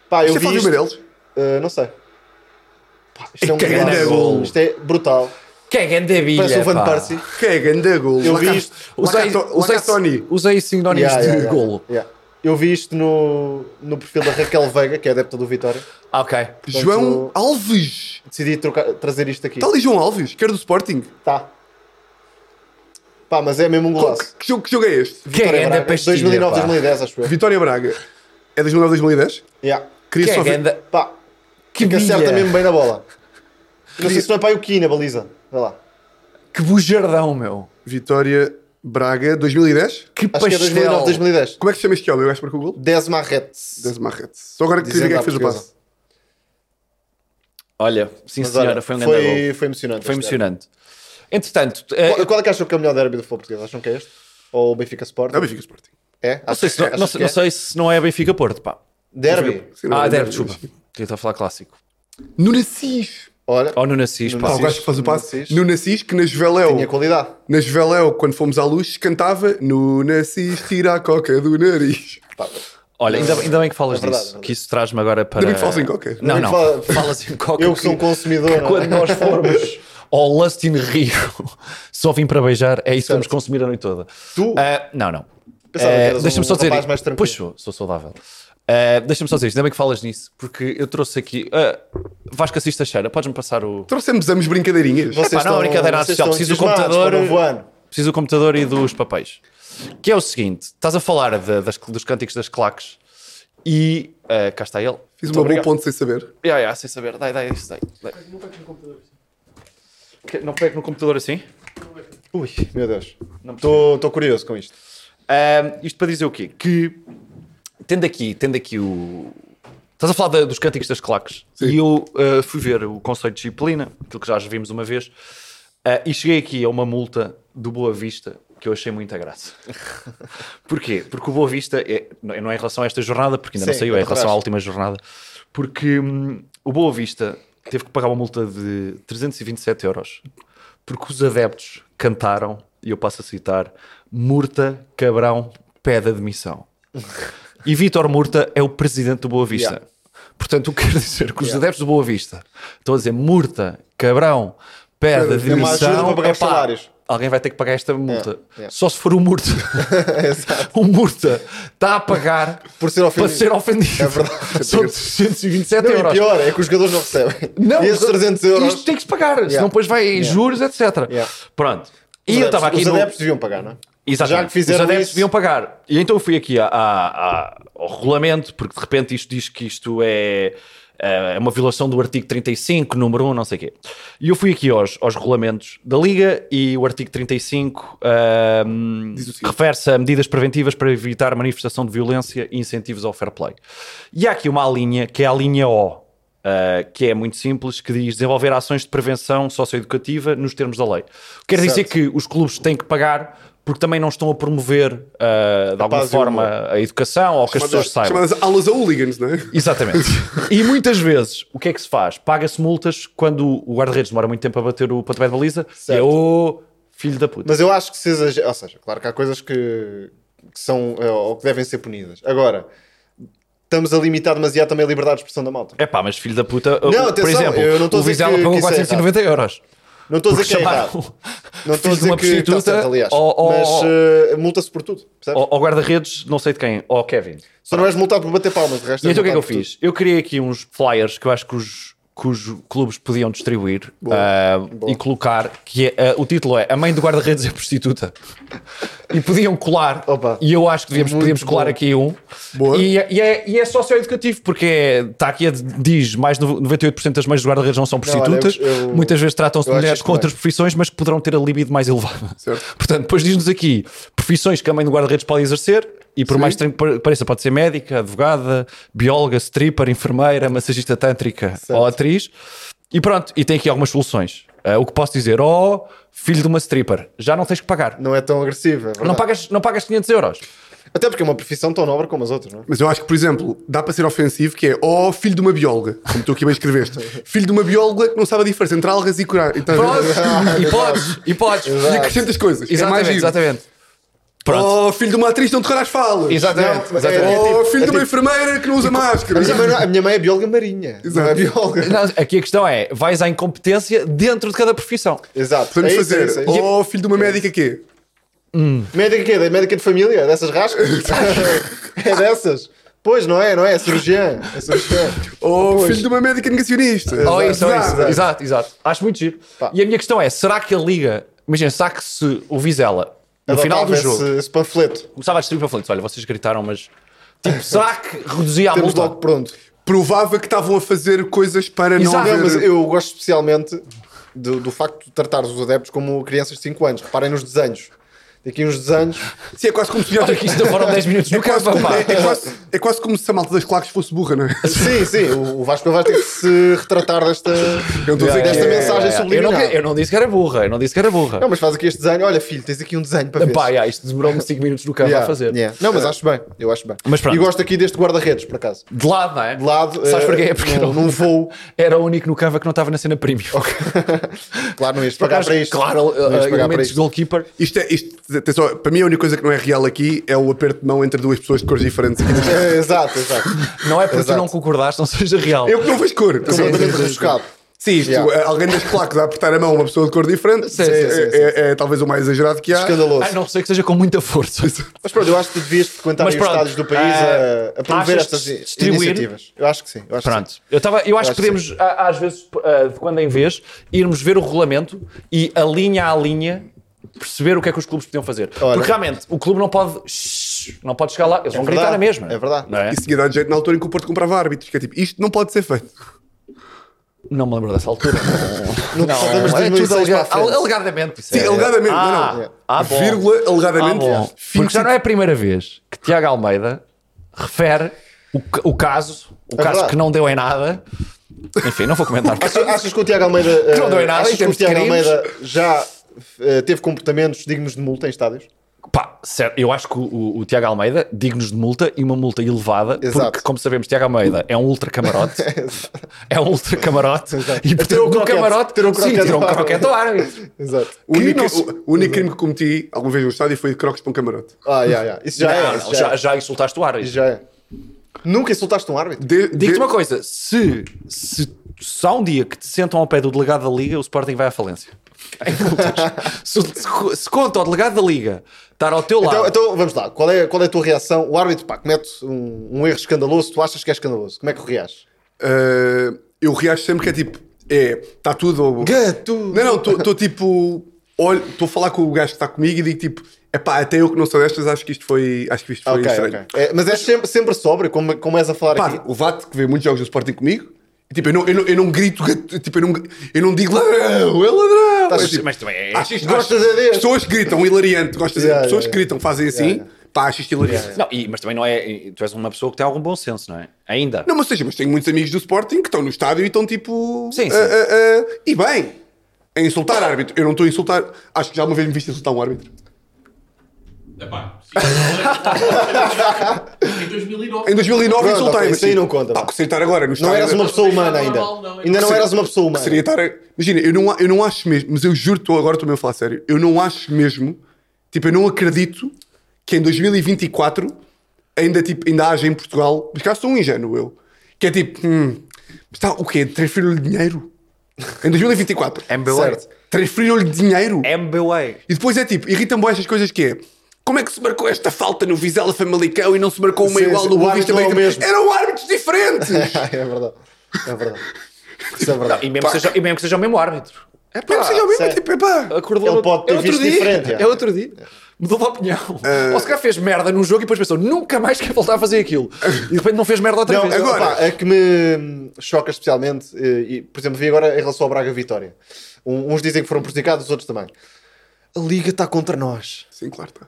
Pá, eu Isto é vi Fábio isto, Meirelles. eh, não sei. Pá, isto é um Que golaço. grande gol. Isto é brutal. Que é grande bilha, Parece o Van pá. Persie. Que é grande golo. Eu vi Laca- isto. Usei, Lacato- usei, Lacatoni. usei sinónimos Yeah, de yeah, yeah, golo. yeah. Eu vi isto no, no perfil da Raquel Veiga, que é adepta do Vitória. Ah, ok. João Alves. Decidi trocar- trazer isto aqui. Está ali João Alves, que era do Sporting. Tá. Pá, mas é mesmo um Qual- golaço. que jogo- que jogo é este? Que é Vitória grande Braga, pastilha, 2009, pá. 2010, acho eu. Vitória Braga é 2009, 2010? Yeah. Queria Que é só ver. grande... Pá, Que é? que bilha. acerta mesmo bem na bola. Não sei Queria- se não é para o Ki na baliza. Vai lá. Que bujardão, meu. Vitória Braga 2010? Que Acho que é pastel. 2009, 2010. Como é que se chama este homem? Eu acho que marcou o gol? Desmarretes. Desmarrete. Só agora que queria Dizendo ver quem é à que fez o portuguesa. passe. Olha, sim Mas senhora, olha, foi um grande foi, gol. foi emocionante. Foi este emocionante. Entretanto, derby. eh, Qual, qual é que acham que é o melhor derby do futebol português? Acham que é este? Ou o Benfica Sport? Não, Benfica Sporting. É? não, sei se não, acham não que sei- não é? sei se não é Benfica-Porto, pá. Derby? Sim, não, ah, não, deve, não, desculpa. Tinha a falar clássico. Nunacis. Olha, Ou no Nassis, No pá. Pá, o Nunacis. gajo que faz o passe. Nunacis. Nunacis, que nas Veléu, tinha qualidade. nas Veléu, quando fomos à luz, cantava Nunacis, tira a coca do nariz. Pá, Olha, ainda, ainda bem que falas É verdade, disso, é verdade. que isso traz-me agora para... Ainda bem que falas em coca. Não, Ainda não. bem que fala- Falas em coca. eu que sou um que- consumidor. não é? Quando nós formos ao Lust in Rio, só vim para beijar, é isso que vamos consumir a noite toda. Tu? Ah, não, não. Pensava que Ah, eras Deixa-me um só dizer. rapaz mais tranquilo. Pois sou, sou saudável. Ah, Deixa-me só dizer isto, ainda bem que falas nisso, porque eu trouxe aqui. ah, Vasco Assis Teixeira, podes-me passar o. Trouxemos ambos brincadeirinhas. Vocês Epá, não, brincadeira, vocês estão não, preciso do entusiasmados computador. para o novo ano. Preciso do computador e dos papéis. Que é o seguinte: estás a falar de- das- dos cânticos das claques e. ah, cá está ele. Fiz uma Muito boa obrigado. um- ponte sem saber. Ya, ya, sem saber. Dai, dai, isso, dai. dai. Que- Não pego no computador assim? Ui, meu Deus. Não Estou curioso com isto. Ahm, isto para dizer o quê? Que tendo aqui, tendo aqui o. Estás a falar da- dos cânticos das claques. Sim. E eu ah, fui ver o conceito de disciplina, aquilo que já vimos uma vez, ah, e cheguei aqui a uma multa do Boa Vista que eu achei muita graça. Porquê? Porque o Boa Vista, é, não não é em relação a esta jornada, porque ainda não Sim, saiu, é em atrás. relação à última jornada, porque hum, o Boa Vista teve que pagar uma multa de 327 euros porque os adeptos cantaram, e eu passo a citar, Murta Cabrão pede admissão. E Vítor Murta é o presidente do Boa Vista. Yeah. Portanto, o que quero dizer que os adeptos do Boa Vista estão a dizer Murta Cabrão pede Pede, é uma ajuda para admissão. pagar os Epá, salários. É, Alguém vai ter que pagar esta multa. yeah. Só se for o Murta. Exato. o Murta está a pagar Por ser para ofendido. ser ofendido. É verdade. São 327 Não, e euros. pior, é que os jogadores não recebem. Não, e esses 300 euros. Isto tem que se pagar, senão depois vai em juros, etc. Yeah. Pronto. E os adeptos- eu estava aqui Os no... adeptos deviam pagar, não é? Exatamente. Já que fizeram Os adeptos isso- deviam pagar. E então eu fui aqui à- à- à- ao regulamento, porque de repente isto diz que isto é, é uma violação do artigo 35, número 1, não sei o quê. E eu fui aqui aos, aos regulamentos da Liga e o artigo 35 ahm, Diz o seguinte. refere-se a medidas preventivas para evitar manifestação de violência e incentivos ao fair play. E há aqui uma linha, que é a linha O. ah, que é muito simples, que diz desenvolver ações de prevenção socioeducativa nos termos da lei. Quer dizer Certo. que os clubes têm que pagar porque também não estão a promover ah, de alguma paz e o forma a educação ou que as pessoas saibam. Chamadas aulas a hooligans, não é? Exatamente. e muitas vezes, o que é que se faz? Paga-se multas quando o guarda-redes demora muito tempo a bater o pontapé de baliza e é Certo. o filho da puta. Mas eu acho que se exagera. Ou seja, claro que há coisas que, que são é, ou que devem ser punidas. Agora, estamos a limitar demasiado também a liberdade de expressão da malta. É pá, mas filho da puta, Não, por atenção, exemplo, eu não estou o a dizer Vizela que- pagou que isso é 490 euros. Não estou a dizer Porque que é chamaram errado. Não estou a filho de dizer uma que está prostituta certo, aliás. ou- ou- Mas eh, multa-se por tudo. Percebes? ao ao guarda-redes, não sei de quem, ao Kevin. Só não és multado por bater palmas. De resto E és então o que é que eu multado por fiz? Eu criei aqui uns flyers que eu acho que os, que os clubes podiam distribuir ah, e colocar, que é, ah, o título é A Mãe do Guarda-Redes é Prostituta. e podiam colar, Opa, e eu acho que devíamos, muito podíamos colar bom. aqui um. Boa. E, é- e é, e é socioeducativo, porque é- está aqui, a, diz, mais de 98% das mães do guarda-redes não são prostitutas, olha, eu- eu- muitas vezes tratam-se eu de acho mulheres isso com bem. outras profissões, mas que poderão ter a libido mais elevada. Certo. Portanto, depois diz-nos aqui profissões que a mãe do guarda-redes pode exercer e por mais estranho que pare- pareça, pode ser médica, advogada, bióloga, stripper, enfermeira, massagista tântrica ou atriz. E pronto, e tem aqui algumas soluções. Ah, o que posso dizer? Oh, filho de uma stripper, já não tens que pagar. Não é tão agressiva. é verdade. Não pagas, não pagas 500 euros. Até porque é uma profissão tão nobre como as outras, não é? Mas eu acho que, por exemplo, dá para ser ofensivo que é ó filho de uma bióloga, como tu aqui bem escreveste. filho de uma bióloga que não sabe a diferença entre algas e curar. Então, Podes, e exato. podes, e podes. e acrescentas coisas. é mais Exatamente, giro. exatamente. Pronto. Ó filho de uma atriz, não terrar as falas. Exatamente, Não, exatamente. é Ó tipo- Oh, filho é de uma tipo- enfermeira que não usa máscara. A minha mãe, não- a minha mãe é bióloga marinha. Não é Exato. bióloga. Não, aqui a questão é, vais à incompetência dentro de cada profissão. Exato. Podemos é isso, é fazer. um isso, é isso. Ó filho de uma médica quê? Médica que é? Da médica de família? Dessas rascas? é dessas? Pois, não é, não é? É cirurgiã. É cirurgiã. Ó "Oh, filho de uma médica negacionista. Exato, Ou Oh, isso, ou isso. exato. Exato, exato. Acho muito giro. é Pá. E a minha questão é: será que a liga. Imagina, será que se o Vizela, no Adotava final do esse- jogo, Esse panfleto. começava a distribuir para Olha, vocês gritaram, mas. Tipo, será que reduzia a Temos multa? logo pronto. Provava que estavam a fazer coisas para não Exato. Não, haver... mas eu gosto especialmente do, do facto de tratar os adeptos como crianças de 5 anos. Reparem nos desenhos. Daqui uns desenhos. Sim, é quase como se nós- Olha que isto foram 10 minutos É no campo, quase, como, pá. é, quase, é quase como se a malta das claques fosse burra, não é? Sim, sim. O, o Vasco vai ter que se retratar desta, Eu estou a dizer que desta é- mensagem Eu não, subliminar. eu não disse que era burra, eu não disse que era burra. Não, mas faz aqui este desenho. Olha, filho, tens aqui um desenho para ver. Pá, yeah, isto demorou-me 5 minutos no campo Yeah, a é, fazer. É. yeah. Não, mas acho bem. Eu acho bem. Mas pronto. E gosto aqui deste guarda-redes, por acaso. De lado, não é? De lado. Sabes eh, porquê? É porque num, era o- num voo. Era o único no Canva que não estava na cena premium. Claro, não ias pagar para isto. Claro, não ias pagar uh, para elementos isto. goalkeeper. Isto é, isto, atenção, para mim a única coisa que não é real aqui é o aperto de mão entre duas pessoas de cores diferentes. aqui neste- um- É, exato, exato. Não é porque tu Exato. não concordaste, não seja real. Eu que não vejo cor. Atenção. Completamente rebuscado. Sim, isto, eh, Yeah. alguém das claques a apertar a mão a uma pessoa de cor diferente Sim, é, sim, é- sim, é- é talvez o mais exagerado que há. Escandaloso. A não ser que seja com muita força. Mas pronto, eu acho que tu devias frequentar Mas aí os pronto, estados do país eh, a, a promover achas estas que i- distribuir? iniciativas. Eu acho que sim. Eu acho Que sim. Pronto. Eu, tava, eu acho acho que que podemos, a- às vezes, ah, de quando em vez, irmos ver o regulamento e, a linha a linha, perceber o que é que os clubes podiam fazer. Ora. Porque realmente, o clube não pode. shhh, não pode chegar lá. Eles vão gritar verdade, a mesma. é verdade. Não é? Isso tinha dado jeito na altura em que o Porto comprava árbitros, que é tipo, isto não pode ser feito. Não me lembro dessa altura. Não, Não falamos de é tudo 2006 para alega- a frente. alegadamente. isso Sim, é- alegadamente, Ah, não, não. Ah, bom. Vírgula, Ah, alegadamente. bom. fim Porque já não é a primeira vez que Tiago Almeida refere o, ca- o caso, o É caso verdade. que não deu em nada. Enfim, não vou comentar. Achas, achas que o Tiago Almeida. eh, não deu em nada achas em que o termos de Tiago crimes? Almeida já eh, teve comportamentos dignos de multa em estádios? Pá, sério, eu acho que o, o- o Tiago Almeida, dignos de multa e uma multa elevada, Exato. porque, como sabemos, Tiago Almeida é um ultra camarote. é um ultra camarote. e Tirou portanto, um no croquete, camarote, tirou um sim, croquete tirou um ao árbitro. croquete ao árbitro. Exato. O único, não se- o- o único Uhum. crime que cometi alguma vez no estádio foi de croques para um camarote. Ah, já, já. Isso já Não, é. não, isso já, já, é. já insultaste o árbitro. Isso já é. Nunca insultaste um árbitro? De- Digo-te de- uma coisa: se, se, se há um dia que te sentam ao pé do delegado da Liga, o Sporting vai à falência. Em multas. se, se, se conta ao delegado da Liga estar ao teu lado. Então, então, vamos lá, qual é, qual é a tua reação? O árbitro, pá, comete um, um erro escandaloso, tu achas que é escandaloso, como é que reages? Ah, eu reajo sempre que é tipo, é, está tudo. Gato! Não, não, estou tipo, olho, estou a falar com o gajo que está comigo e digo tipo, é pá, até eu que não sou destas, acho que isto foi, acho que isto foi Ok, estranho. ok. É, mas és sempre, sempre sóbrio, como, como és a falar Repare, aqui. o Vato que vê muitos jogos do Sporting comigo, e, tipo, eu não, eu não, eu não grito, tipo, eu não, eu não digo ladrão, é ladrão. Estás- É, tipo, mas também é. acho isto- Gostas acho- é deste. Pessoas que gritam, hilariante, gostas de Yeah, Pessoas yeah, que gritam, fazem assim, Yeah, pá, acho isto hilariante. Não, e- mas também não é. e Tu és uma pessoa que tem algum bom senso, não é? Ainda. Não, mas ou seja, mas tenho muitos amigos do Sporting que estão no estádio e estão tipo. Sim, sim. ah, ah, ah, e bem, a insultar árbitro. Eu não estou a insultar. Acho que já uma vez me viste insultar um árbitro. Epá, sim. em 2009. Em 2009 Pronto, insultei, ok, mas. isso aí tipo, não conta, Pá, vá. que seria estar agora no estádio. Não eras uma pessoa humana ainda. Não, não, não. Ainda não Seria- eras uma pessoa humana. Seria estar. a- Imagina, eu não, a- eu não acho mesmo, mas eu juro-te, eu agora estou mesmo a falar sério. Eu não acho mesmo. Tipo, eu não acredito que em 2024 ainda, tipo, ainda haja em Portugal. Mas cá sou um ingênuo eu. Que é tipo. Hum, mas tá, o quê? Transferiram-lhe dinheiro? Em 2024. É MBA. Certo. Transferiram-lhe dinheiro. MBA. E depois é tipo, irritam-me estas coisas que é. Como é que se marcou esta falta no Vizela Famalicão e não se marcou uma Sim, igual sim, no o Boa árbitro Vista não é o Benfica? mesmo. Eram árbitros diferentes! é verdade, é verdade. Isso é verdade. E mesmo, que seja, e mesmo que seja o mesmo árbitro. É Mesmo que seja o mesmo, sério. tipo, epá. Acordou Ele no- pode ter é outro visto dia. diferente, já. É outro dia. Mudou de opinião. Eh, Ou se calhar fez merda num jogo e depois pensou, nunca mais quer voltar a fazer aquilo. E de repente não fez merda outra Não, vez. agora, agora- a que me choca especialmente, eh, e, por exemplo, vi agora em relação ao Braga Vitória. Um- uns dizem que foram prejudicados, os outros também. A Liga está contra nós. Sim, claro. Tá.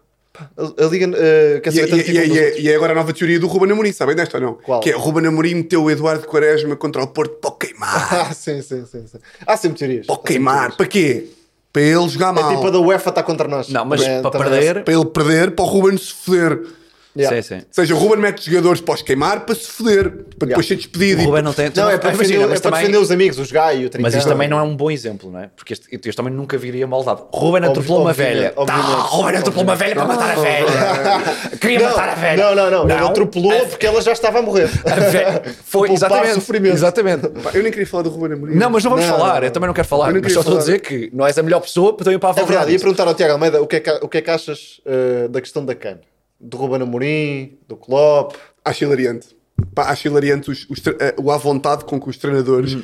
A, a Liga eh, quer E, saber tanto e, tipo e, dos e, outros. e é agora a nova teoria do Ruben Amorim, sabem desta ou não? Qual? Que é Ruben Amorim meteu o Eduardo Quaresma contra o Porto para o queimar. Ah, sim, sim, sim, sim. Há sempre teorias. Para o Há sempre queimar. Para quê? Para ele jogar teorias. mal. tipo É tipo a da UEFA está contra nós. Não, mas Também- para também assim. é perder. Para ele perder, para o Ruben se foder. Yeah. Sim, Ou sim. seja, o Ruben mete jogadores para os queimar para se foder. Para depois Yeah. ser despedido. O e- Ruben não tem. Não, é para, defender, imagina, é mas, para também, defender os amigos, os Gai e o Trincão. mas isto também não é um bom exemplo, não é? Porque este, este homem nunca viria maldade. Ruben atropelou uma obviamente, velha. Tá, obviamente. Ruben atropelou uma velha para matar a velha. Queria matar a velha. Não, não, não. Ele A- atropelou porque ela já estava a morrer. a velha- Foi Poupar exatamente. sofrimento. Exatamente. Pá, Eu nem queria falar do Ruben Amorim. Não, mas não vamos Não, falar. não, Eu também não quero falar. Eu não Mas só queria estou a falar. dizer que não és a melhor pessoa para ir para a É verdade, ia Valverde. perguntar ao Tiago Almeida o que é que, o que, é que achas eh, da questão da CAN? Do Ruben Amorim, do Klopp. Acho hilariante. Pá, acho hilariante os, os, tre- eh, o à vontade com que os treinadores Hum.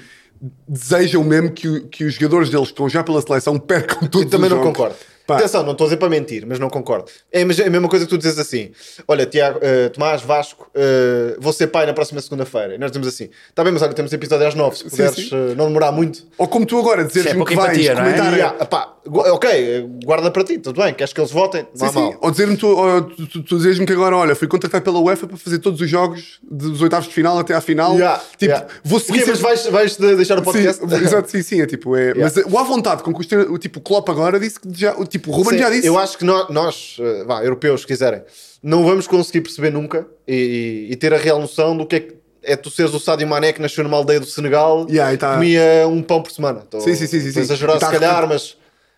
desejam mesmo que, o- que os jogadores deles que estão já pela seleção percam todos Eu também os não jogos. concordo. Pá, Atenção, não estou a dizer para mentir, mas não concordo. É a mes- a mesma coisa que tu dizes assim: Olha, Tiago, eh, Tomás, Vasco, eh, vou ser pai na próxima segunda-feira. E nós dizemos assim: Está bem, mas olha, temos episódio às nove. Se puderes sim. eh, não demorar muito. Ou como tu agora Isso é dizeres-me pouca que vais empatia, não é? comentar. E, ah, pá, gu- ok, eh, guarda para ti, tudo bem, queres que eles votem? Não Sim, há sim. mal. Ou dizer-me tu, ou tu, tu, tu dizeres-me que agora, olha, fui contactado pela UEFA para fazer todos os jogos dos oitavos de final até à final. Yeah, tipo, yeah. vou O seguir. quê, mas sempre- vais, vais de- deixar o podcast? Sim, exato, sim, sim, é tipo, é, Yeah. mas o à vontade com que os treina- o tipo Klopp agora disse que já, o tipo Ruben Sim, já disse. Eu acho que nó- nós, eh, vá, europeus, se quiserem, não vamos conseguir perceber nunca e, e- e ter a real noção do que é que é tu seres o Sadio Mané que nasceu numa aldeia do Senegal Yeah, e tá- comia um pão por semana. Tô, Sim, sim, sim, sim, tô a sim. exagerar E tá se calhar, mas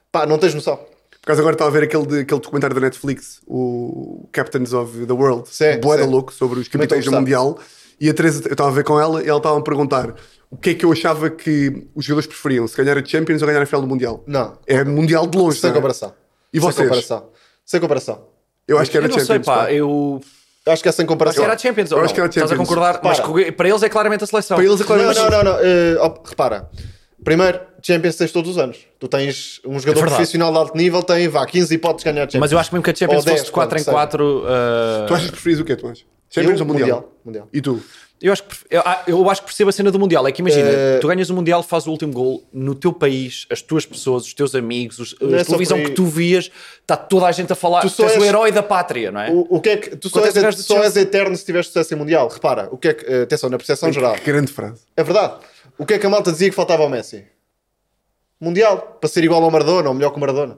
pá, não tens noção. Por acaso agora estava a ver aquele, de- aquele documentário da Netflix, o Captains of the World, Sim, Boeda sim. Louco, sobre os Também estou a capitães do gostar. Mundial. E a Teresa, eu estava a ver com ela e ela estava a perguntar o que é que eu achava que os jogadores preferiam, se ganhar a Champions ou ganhar a final do Mundial. Não. É Mundial de longe, Sem não é? comparação. E Sem vocês? comparação. Sem comparação. Eu acho que era Eu não Champions. sei, pá. pá. Eu. Acho que é sem Acho comparação. que era a Champions. Eu ou acho não? que era a Estás a Champions. concordar? Mas Para. que- para eles é claramente a seleção. Para eles é claramente- Não, não, não. não. Eh, op- repara, Primeiro, Champions tens todos os anos. Tu tens um É jogador verdade. profissional de alto nível, tem, vá, 15 hipóteses de ganhar Champions. Mas eu acho que mesmo que a Champions Ou 10, fosse de 4 em eh, quanto 4. Tu achas que preferias o quê, tu achas? Champions ou mundial? um Mundial, Mundial. E tu? Eu acho, que, pref- eu, ah, eu acho que percebo a cena do Mundial. É que imagina, Eh, tu ganhas o Mundial, fazes o último gol no teu país, as tuas pessoas, os teus amigos, os, Não é a só televisão por aí. que tu vias, está toda a gente a falar. Tu Tu, só és, és- o herói da pátria, não é? O, o que é que tu só Quanto é és, que gajo de só Chelsea? és eterno se tiveres sucesso em mundial? Repara, o que é que, eh, atenção, na percepção geral, Que grande frase. é verdade. O que é que a malta dizia que faltava ao Messi? Mundial, para ser igual ao Maradona, ou melhor que o Maradona.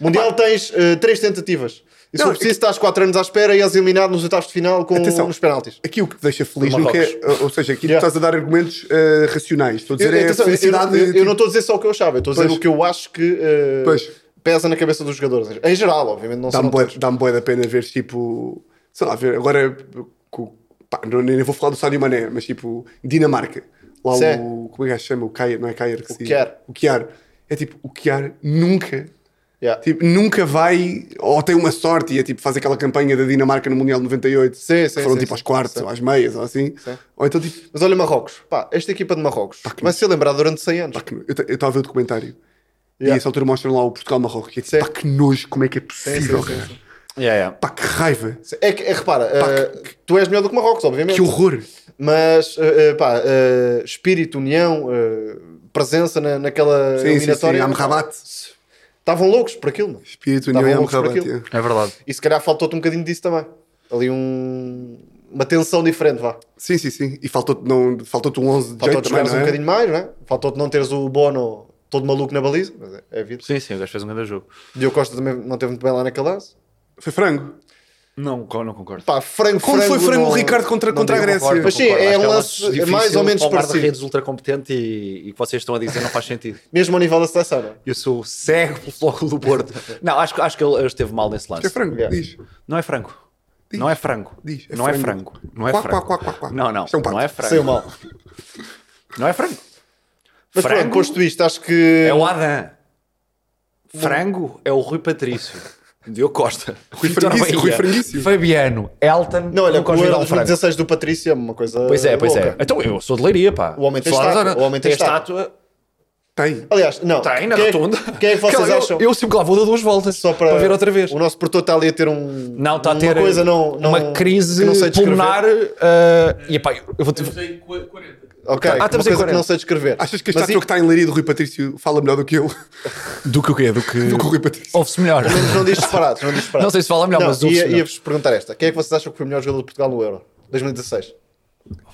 Mundial tens eh, três tentativas. E se Não, é for preciso, estás 4 anos à espera e és eliminado nos oitavos de final com Atenção. nos penaltis. Aqui o que te deixa feliz, Do no que é, Marrocos. ou seja, aqui Yeah. tu estás a dar argumentos eh, racionais. Estou a dizer, é Atenção, eu- felicidade. eu, eu tipo, não estou a dizer só o que eu achava, eu estou a dizer Pois. o que eu acho que eh, Pois. pesa na cabeça dos jogadores. Em geral, obviamente, não Dá-me são bué, todos. dá da pena ver, tipo, sei lá, ver, agora, co- pá, não, nem vou falar do Sadio Mané, mas tipo, Dinamarca. Lá Sim. o, como é que se chama? O Kaier, não é Kaier que O se Kjaer. O Kiar. É tipo, o Kiar nunca, Yeah. tipo, nunca vai, ou tem uma sorte e é tipo, faz aquela campanha da Dinamarca no Mundial de 98. Sim, que sim, foram sim, tipo sim. aos quartos, ou às meias, ou assim. Ou então tipo, Mas olha Marrocos, pá, esta equipa de Marrocos vai ser lembrada durante 100 anos. pá, que no- eu te- eu estava a ver o documentário. E Yeah. a essa altura mostram lá o Portugal-Marrocos. E é tipo, Sim. pá, que nojo, como é que é Sim, sim, possível, sim, cara? sim. Yeah, yeah. Pá, que raiva, É que, é, repara, eh, tu és melhor do que Marrocos, obviamente. que horror. Mas, eh, eh, pá, eh, espírito, união, eh, presença na, Sim, naquela sim, sim, um eliminatória. Amrabat. Estavam loucos por aquilo, mano. Espírito Estavam União e loucos por Amrabat. um aquilo. é. É verdade. E se calhar faltou-te um bocadinho disso também. Ali um, uma tensão diferente, vá. Sim, sim, sim. E faltou-te não, faltou um 11 de jeito Faltou-te também, jogares não um é? bocadinho mais, não é? Faltou-te não teres o Bono todo maluco na baliza, mas é, é a vida. Sim, sim, o gajo fez um grande jogo. Diogo Costa também não teve muito bem lá naquele lance. Foi frango. Não, co- não concordo. Pá, frango, Como frango, foi frango não- o Ricardo contra- não contra a digo Grécia? concordo, Mas Não sim, concordo. é Acho um que lance difícil mais ou menos para um parecido. guarda-redes ultra competente e, e que vocês estão a dizer não faz sentido. Mesmo ao nível da seleção, não é? Eu sou cego pelo floco do Porto. Não, acho, que- acho que ele ele esteve mal nesse lance. É frango, Yeah. diz. Não é frango. Diz. Não é frango. Diz, é não é frango. frango. Não é Quá, frango. quá, quá, quá, quá. Não, não. Isto é um pato. não é frango. Saiu mal. Não é frango. Mas Frango? pronto, construíste, acho que. É o Adam. Frango é o Rui Patrício. Diogo Costa. Rui Vitor Franguício, Rui Bahia, Franguício. Fabiano. Elton. Não, olha, com Lucas o Euro Vidal Franco. 2016 do Patrício é uma coisa. um Pois é, pois é. louca. Então eu sou de Leiria, pá. O homem tem Falar- estátua, o homem tem estátua. Tem. Aliás, não. Tá, Tem, na quem é- Tá, rotunda. Quem é que vocês eu, acham? Eu sempre que lá vou dar duas voltas. Só para, ver outra vez. O nosso produtor está ali a ter um. Não, está a uma ter eh, coisa não, não, uma crise que não sei descrever. pulmonar. ah, e pá, eu vou te. Estamos em qu- 40. Ok, Ah, uma estamos coisa em que 40. não sei descrever. Achas que a Mas estátua que está em Leiria do Rui Patrício fala melhor do que eu? Do que o quê? Do que. Do que o Rui Patrício. Ouve-se melhor. e- Não diz separados, não diz separados. Não sei se fala melhor, Não, mas né? ouve-se ia- melhor. Ia-vos perguntar esta. Quem é que vocês acham que foi o melhor jogador de Portugal no Euro? 2016.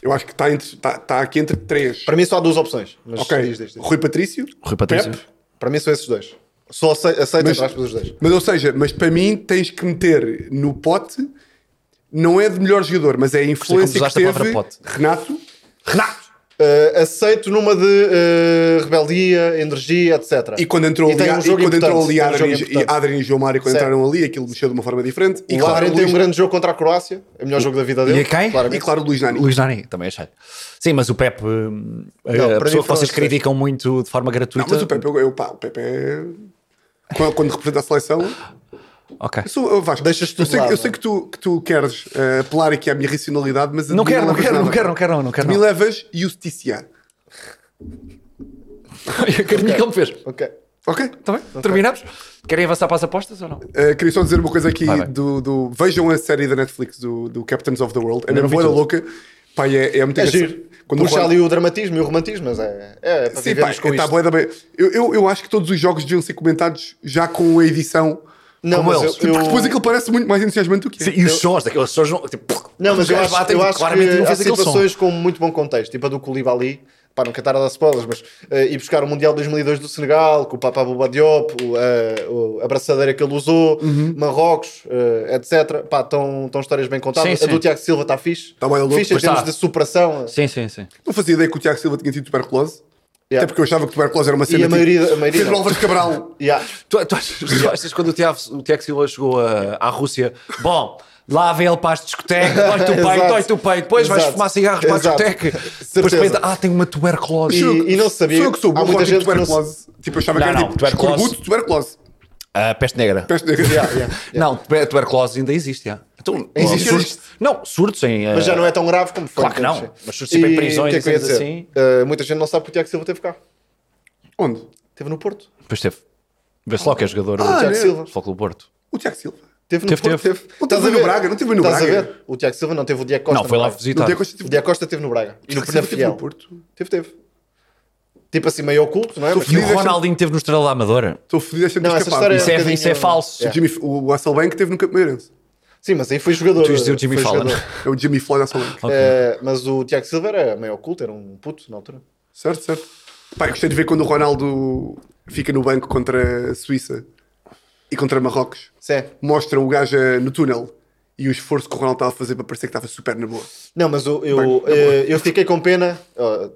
Eu acho que está, entre, está, está aqui entre três. Para mim só há duas opções. Mas Ok. diz, diz, diz. Rui Patrício. Rui Patrício. Pep. Para mim são esses dois. Só aceito, aceito Mas- entre aspas os dois. Mas ou seja, mas para mim tens que meter no pote, não é de melhor jogador, mas é a influência que usaste a palavra teve pote. Renato. Renato! Uh, aceito numa de uh, rebeldia, energia, etc. E quando entrou E ali, tem um e jogo quando entrou ali importante, tem um Adrian, jogo e importante. Adrian e João Mário, quando Certo. entraram ali, aquilo mexeu de uma forma diferente. E o claro, Adriano o tem Luís- um grande jogo contra a Croácia, é o melhor jogo da vida dele. E a quem? e claramente. claro, o Luís Nani. Luís Nani, também achei. Sim, mas o Pepe, hum, para mim a pessoa que foram os vocês três. criticam muito de forma Não, gratuita. mas o Pepe, eu, eu, pá, o Pepe é. Quando, quando representa a seleção, Ok. eu sou, eu, Vasco, Deixas-te eu sei, de lado, eu sei não é? que tu, que tu queres eh, apelar aqui à minha racionalidade, mas a Não mim quero, não levas quero, nada. não quero, não quero, não, não quero. Me Não. levas justiça. A carinha que ele me fez. Ok. Ok? Tá bem? Terminamos? Querem avançar para as apostas ou não? Uh, queria só dizer uma coisa aqui Vai, vai. do, do- Vejam a série da Netflix do, do Captains of the World. É Ainda mesmo não vi boa tudo. louca. Pai, é, é muito É engraçado. giro. Quando Puxa o Juan- ali o dramatismo e o romantismo, mas é, é, para Sim, pá, tá vivermos com está isto. boa da bem. Eu, eu, eu acho que todos os jogos deviam ser comentados já com a edição. Não, Como mas eles. eu, Porque Tipo, depois eu, aquilo parece muito mais entusiasmante do que é. e os sons, daqueles sons. Tipo, não, mas eu acho, eu acho que há situações com muito bom contexto, tipo a do Koulibaly, para não cantar a dar spoilers, mas eh, ir buscar o Mundial 2002 do Senegal, com o Papa Bouba Diop, o, eh, o- a abraçadeira que ele usou, Uhum. Marrocos, eh, etc. Pá, estão histórias bem contadas. Sim, a sim. do Tiago Silva está fixe. Tá bué louco, fixe em pois termos tá. de superação. Sim, sim, sim. Não fazia ideia que o Tiago Silva tinha tido tuberculose. Yeah. Até porque eu achava que tuberculose era uma cena. tipo, a maioria- a maioria Pedro não. Álvares Cabral. Yeah. Tu, tu achas, tu achas quando o Tiago, o Tiago Silva chegou a- à Rússia, bom, lá vem ele para as discotecas, dói-te o peito, Exato. dói-te o peito, depois vais Exato. fumar cigarros para a Exato. discoteca, depois Certeza. pensa, ah, tem uma tuberculose. E- não se sabia. Sou eu que sou Há burro muita ou tipo gente que não se- tuberculose. Tipo, eu achava Não, que era não, tipo tuberculose. escorbuto, tuberculose. Ah, peste negra. Peste- Yeah, yeah. Não, tuber- tuberculose ainda existe, já. Então, Existe. surtos- não, surtos em... ah, Mas já não é tão grave como foi. Claro que então, não. sim. Mas surge sempre em E prisões o que é que eu ia e coisas dizer? assim. Uh, muita gente não sabe que o Tiago Silva teve cá. Onde? Teve no Porto. Depois teve. Vê-se lá que é jogador Ah, o Tiago né? Silva. do Futebol do Porto. O Tiago Silva. Teve no Teve, Porto. teve. Teve. Não Estás teve a no ver? Braga, não teve no Estás a Braga. ver? O Tiago Silva não teve o Diego Costa. não, foi no lá Braga. O visitar. Tiago Costa O teve Diego Costa teve no Braga. E no Silva Pereira teve no Fiel. Porto. Teve, teve. Tipo assim, meio oculto, não é? Sou Mas feliz. E tipo, Diz o esta- Ronaldinho teve no Estrela da Amadora. Estou feliz de Não, ter essa escapado. história um Isso Isso é- é, bocadinho- isso é falso. O, Yeah. Jimmy, o Assel Bank teve no Campo Maiorense. Sim, mas aí foi jogador. Tu ias dizer o Jimmy foi Fallon. jogador. É o Jimmy Floyd Assel Bank. Ok. Eh, mas o Tiago Silva era meio oculto, era um puto na altura. Certo, certo. Pá, eu gostei de ver quando o Ronaldo fica no banco contra a Suíça e contra Marrocos. Sim. Mostra o gajo eh, no túnel e o esforço que o Ronaldo estava a fazer para parecer que estava super na boa. Não, mas eu, eu, é Bem, tá eh, eu fiquei com pena, ó,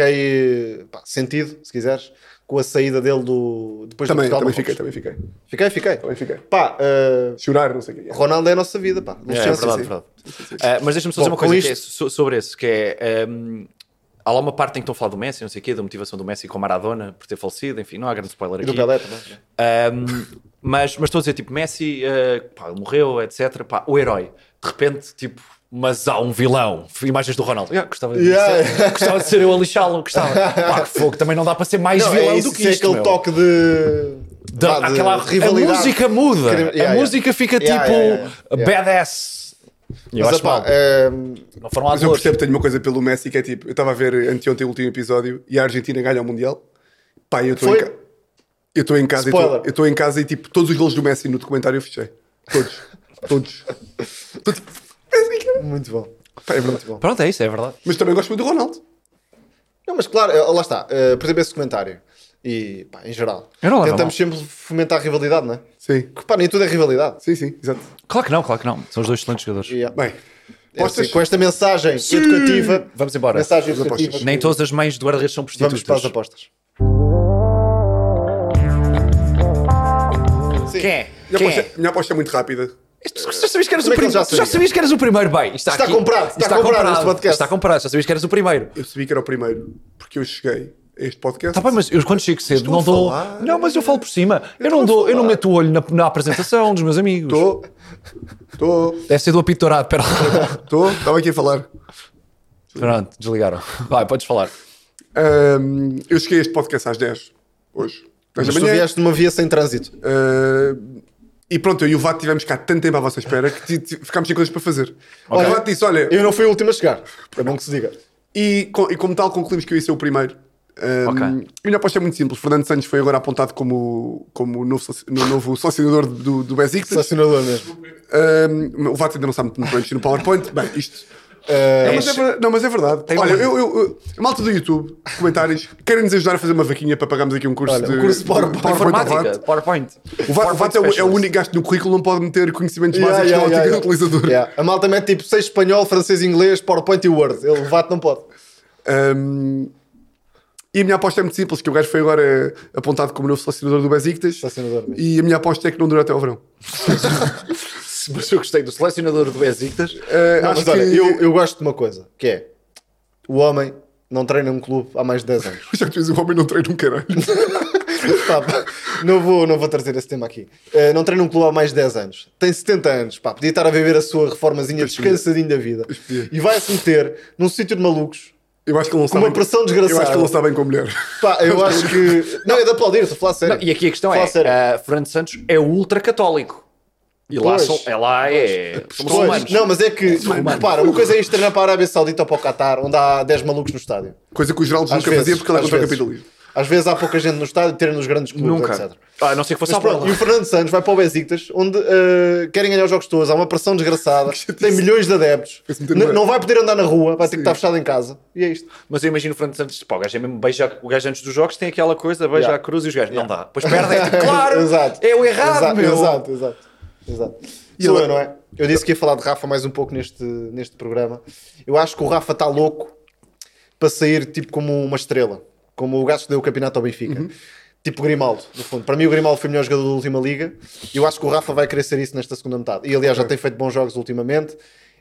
fiquei pá, sentido, se quiseres, com a saída dele do. Depois Também, do Portugal, também Marrocos. fiquei, também fiquei. Fiquei, fiquei. Também fiquei. Pá, eh, Chorar, não sei o que. Ronaldo é a nossa vida, pá. É, é Licença, verdade, sim. verdade. Ah, mas deixa-me só Bom, dizer uma com coisa isto- que é so- sobre isso, que é... hum, Há lá uma parte em que estão a falar do Messi, não sei o quê, da motivação do Messi com a Maradona por ter falecido, enfim, não há grande spoiler E aqui. do Pelé também. Um, mas, mas estou a dizer, tipo, Messi, eh, pá, ele morreu, etc. Pá, o herói, de repente, tipo, mas há um vilão. Imagens do Ronaldo. Yeah, gostava, de Yeah. ser, gostava de ser eu a lixá-lo, gostava. Pá, que fogo, também não dá para ser mais Não, vilão é do isso, que isso é isto, aquele meu. toque de. Da- vá, de aquela, A música muda, Querem- a yeah, yeah. música fica Yeah, tipo yeah, yeah, yeah. badass. E Eu Mas, acho pá, mal. eh, não foram lá Mas eu duas. percebo, tenho uma coisa pelo Messi que é tipo, eu estava a ver anteontem o último episódio e a Argentina ganha o Mundial. Pá, eu estou em, Foi? ca... eu estou em casa e Spoiler. estou- eu estou em casa e tipo, todos os golos do Messi no documentário eu fechei. Todos. todos. Tô tipo, Messi, cara. muito bom. Pá, é verdade. Pronto, é isso, é verdade. Mas também gosto muito do Ronaldo. Não, mas claro, eh, lá está. eh, por exemplo, esse comentário. E, pá, em geral. Eu não levo a Tentamos sempre fomentar a rivalidade, não é? Sim. Que, pá, nem tudo é rivalidade. Sim, sim, exato. Claro que não, claro que não. São os dois excelentes jogadores. Yeah. Bem, É postas? assim, com esta mensagem educativa. Vamos embora. Mensagem As apostas. educativa. Nem todas as mães do guarda-redes são Vamos para as prostitutas. apostas. Quem é? minha, Quem aposta, é? minha aposta é muito rápida. Isto- Já sabias que eras Como o é que ele primeiro. já Já, sabia? sabias que eras o primeiro, bem. Isto Está aqui- comprado, está comprado este podcast. Está comprado, já sabias que eras o primeiro. Eu sabia que era o primeiro, porque eu cheguei a este podcast. Tá Está bem, mas eu quando chego cedo Estou não a dou. falar. Não, mas eu falo por cima. estou Eu, a não dou, eu não falar. meto o olho na, na apresentação dos meus amigos. Estou. Estou. Deve ser do apito dourado, pera lá. Estou. Estava aqui a falar. Pronto, desligaram. Vai, podes falar. Ahm, eu cheguei a este podcast às 10 hoje. Mas Mas tu amanhã, vieste numa via sem trânsito. Uh, e pronto, eu e o Vato tivemos cá tanto tempo à vossa espera que ti- ti- ficámos sem coisas para fazer. O Vato disse: Olha, Eu não fui o último a chegar. É bom que se diga. e, co- e como tal, concluímos que eu ia ser o primeiro. Um, Ok. E minha aposta é muito simples: Fernando Santos foi agora apontado como, como o novo, soci- no novo sócio-senador do, do Besiktas. Estacionador mesmo. Um, o Vato ainda não sabe muito bem mexer no PowerPoint. Bem, isto. não, mas é, ver- não, mas é verdade. Olha, uma- eu, eu, eu- a malta do YouTube, comentários, querem nos ajudar a fazer uma vaquinha para pagarmos aqui um curso Olha, de, um curso de PowerPoint. ao Vato? Informática, PowerPoint. O Vato, o Vato é, o, é o specialist. único gajo que no currículo não pode meter conhecimentos Yeah, básicos yeah, na ótica yeah, do yeah. é utilizador. Yeah. A malta mete tipo 6 espanhol, francês, inglês, PowerPoint e Word. Ele levado não pode. Um, e a minha aposta é muito simples, que o gajo foi agora apontado como novo selecionador do Besiktas. Selecionador mesmo. E a minha aposta é que não dura até ao verão. Mas eu gostei do selecionador do Besiktas. Uh, Não, acho mas que... olha, eu, eu gosto de uma coisa, que é o homem não treina um clube há mais de 10 anos. Já que tu dizes, o homem não treina um caralho. Pá, pá, não, vou, não vou trazer esse tema aqui. Eh, não treina um clube há mais de 10 anos. Tem 70 anos, pá, podia estar a viver a sua reformazinha descansadinho da vida. podia. E vai-se meter num sítio de malucos. Eu acho que ele não uma sabe. pressão Eu acho que desgraçada. ele não sabe bem com a mulher. Pá, eu acho que. Não, é de aplaudir, estou a falar a sério. Não, e aqui a questão Fala é: sério. ah, Fernando Santos é ultracatólico. E lá, Pois. são, é, lá é. Somos Pois, humanos. não, mas é que, repara, uma coisa é isto treinar para a Arábia Saudita ou para o Qatar, onde há 10 malucos no estádio. Coisa que o Geraldo Às nunca vezes, fazia porque ele é às contra o vezes. capitalismo. Às vezes há pouca gente no estádio, terem nos grandes clubes, Nunca. etc. Ah, a não sei que fosse Mas à pronto, bola. e o Fernando Santos vai para o Besiktas, onde eh, querem ganhar os jogos todos, há uma pressão desgraçada, tem milhões de adeptos, Parece muito n- bem. não vai poder andar na rua, vai Sim. ter que estar fechado em casa, e é isto. Mas eu imagino o Fernando Santos, pá, o gajo é mesmo beija, o gajo antes dos jogos tem aquela coisa, beija Yeah. a cruz e os gajos, não dá. Pois perde, é tipo, claro, Exato. é o errado, exato, meu. Exato, exato. exato. E Sou ele- eu, não é? Eu disse que ia falar de Rafa mais um pouco neste, neste programa. Eu acho que o Rafa está louco para sair tipo como uma estrela, como o gajo que deu o campeonato ao Benfica. Uhum. Tipo Grimaldo, no fundo. Para mim, o Grimaldo foi o melhor jogador da última liga. Eu acho que o Rafa vai querer ser isso nesta segunda metade. E aliás, já tem feito bons jogos ultimamente.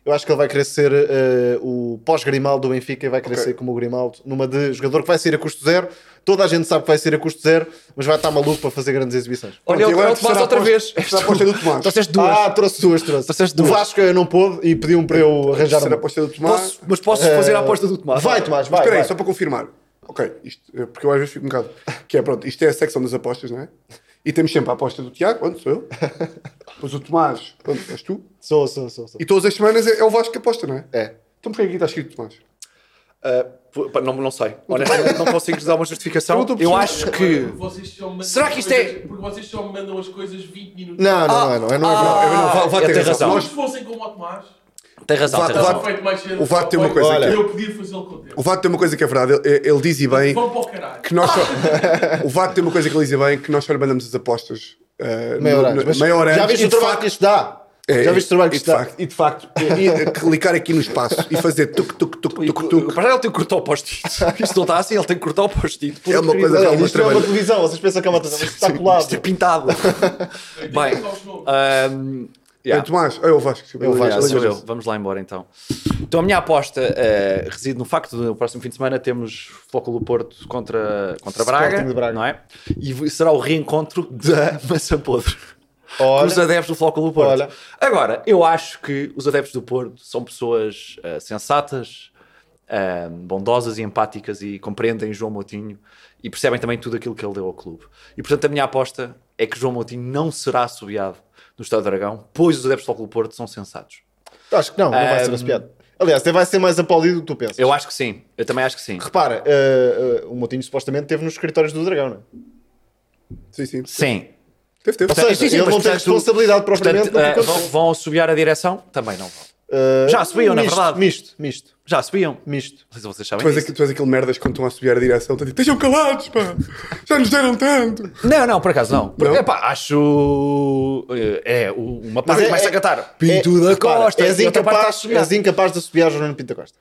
Eu acho que ele vai querer ser eh, o pós-Grimaldo do Benfica e vai querer Ok. ser como o Grimaldo, numa de jogador que vai sair a custo zero. Toda a gente sabe que vai sair a custo zero, mas vai estar maluco para fazer grandes exibições. Olha, Pronto, e é o- agora é a o Tomás terceira outra aposta- vez. terceira aposta do Tomás. Então tens duas. Ah, trouxe duas, trouxe. Trouxeste duas. O Vasco eu não pôde e pediu-me para eu arranjar Terceira uma. aposta do Tomás. Posso- mas posso fazer a aposta do Tomás? Eh, Vai, Tomás, vai. Espera aí, vai. só para confirmar. ok, isto, eh, porque eu às vezes fico um bocado. Que é, pronto, isto é a secção das apostas, não é? E temos sempre a aposta do Tiago, pronto, sou eu. Depois o Tomás, pronto, és tu. Sou, sou, sou. sou. E todas as semanas é, é o Vasco que aposta, não é? É. Então porquê aqui está escrito Tomás? Ah, pô, pá, não, não sei. Honestamente, não consigo lhes dar uma justificação. Pergunta ao Eu pessoal. acho que. Vocês só mandam Será que isto é- coisas- Porque vocês só me mandam as coisas 20 minutos. Não, não, é, não é, não é. Ah, eu não, vá- vá ele ter tem razão. razão. Nós- Se fossem como o Tomás, Tem razão, Vá- tem vá- razão. feito mais cedo. O Vato tem uma Olha, coisa aqui. Eu podia fazê-lo com tempo. O Vato tem uma coisa que é verdade, ele, ele diz e bem. Vão para o caralho. que nós só- o Vato tem uma coisa que ele diz bem, que nós só lhe mandamos as apostas uh, Meia hora antes. Mas Já viste o trabalho que isto dá? Já viste o trabalho que É, e de isto dá? facto, e de facto, e, e clicar aqui no espaço e fazer tuk tuk tuk tuk tuk Para já ele tem que cortar o post-it. Isto não está assim, ele tem que cortar o post-it. é uma coisa que Olha, alguns Isto é uma trabalhos- televisão, vocês pensam que é uma televisão, mas isto está Isto é colado. pintado. Bem, Diga só os nomes. ahm, É yeah. Tomás, é o Vasco. desculpa, É o Vasco, Yeah, lembro-me sou eu. disso. Vamos lá embora então. Então a minha aposta eh, reside no facto de no próximo fim de semana temos Foco do Porto contra, contra Braga, Sporting de Braga. não é? E v- será o reencontro da Maçã Podre. Olha. Os adeptos do Foco do Porto. Olha. Agora, eu acho que os adeptos do Porto são pessoas eh, sensatas, eh, bondosas e empáticas e compreendem João Moutinho e percebem também tudo aquilo que ele deu ao clube. E portanto a minha aposta é que João Moutinho não será assobiado no Estado Dragão, pois os adeptos do Foco do Porto são sensatos. Acho que não, não vai ser espiado. Aliás, até vai ser mais aplaudido do que tu pensas. Ehm, Eu acho que sim. Eu também acho que sim. Repara, eh, eh, o Motinho supostamente esteve nos escritórios do Dragão, não é? Sim, sim. Sim. Teve, teve. Ou seja, ele não tem responsabilidade propriamente Portanto, do que eh, vão, aconteceu. vão assobiar a direção? Também não vão. Eh, já subiam, na misto, verdade. Misto, misto, Já assobiam. Não misto. sei se vocês sabem Tu és, disso. aqu- tu és aquele merdas quando estão a subir a direção, estão a dizer, deixam calados, pá! Já nos deram tanto! Não, não, por acaso não. Porque, Não? epá, acho... eh, É, o- uma parte Mas é- começa a é- cantar. É, Pinto da repara, Costa. És e outra parte incapaz, a assobiar. és incapaz de assobiar João Nuno Pinto da Costa.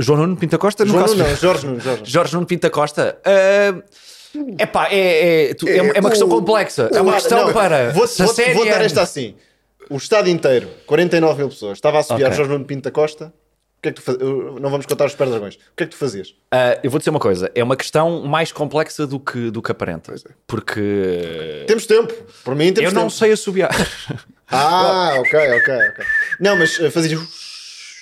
João Nuno Pinta Costa? João nunca Nuno, não, assobiou. Jorge Nuno, Jorge. Nuno. Jorge Nuno Pinta Costa? Ah, Epá, é, é, tu- é, é uma o- questão complexa. É Repara, uma questão não, para... Vou, se a vou, série vou dar é- esta assim. O Estado inteiro, 49 mil pessoas, estava a assobiar Ok. Jorge Nuno Pinto da Costa. O que é que tu fazias? Não vamos contar os perdragões. O que é que tu fazias? Ah, eu vou dizer uma coisa. É uma questão mais complexa do que, do que aparenta. Porque... Temos tempo. Por mim, é. temos Eu não tempo. sei assobiar. Ah, ok, ok, ok. Não, mas eh, fazias.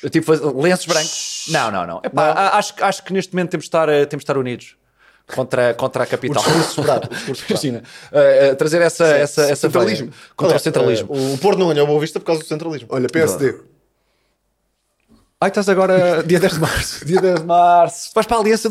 Eu Tipo, faz- lenços brancos. Não, não, não. Epá, a- Acho, que- acho que neste momento temos de estar, eh, temos de estar unidos contra, contra a capital. Esperado, o discurso esperado. Imagina. eh, eh, trazer essa, essa, essa centralismo. veia Contra o Aliás, centralismo. eh, o Porto não ganhou a Boa Vista por causa do centralismo. Olha, PSD. Eh, Ai, estás agora dia 10 de março. Dia 10 de março. Vais para a Aliança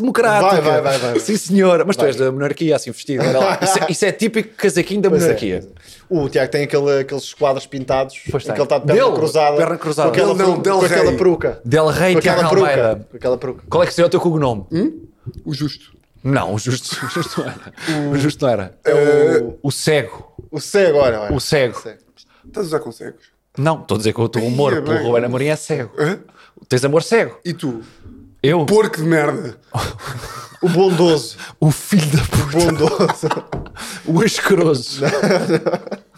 Vai, Democrática. vai, vai, vai, vai. Sim, senhor. Mas tu és da monarquia assim vestido. olha lá. Isso, é, isso é típico casaquinho da Pois é, monarquia. pois é. O Tiago tem aquele- aqueles quadros pintados, Pois em que ele tem. está de perna Dele, cruzada, perna cruzada. com aquela, Dele não, peru- com Del aquela Rey. peruca. Del Rey com Tiago aquela peruca. Almeida. Com aquela peruca. Qual é que seria o teu cognome? Hum? O justo. Não, o justo, o justo não era. O justo não era. Eh, É o- O cego. O cego, olha. olha. O cego. Estás a usar com cegos. Não, estou a dizer que o teu Ia amor pelo bem. Ruben Amorim é cego. Hã? Tens amor cego. E tu? Eu? Porco de merda! O bondoso. O filho da puta. bondoso. O escroso.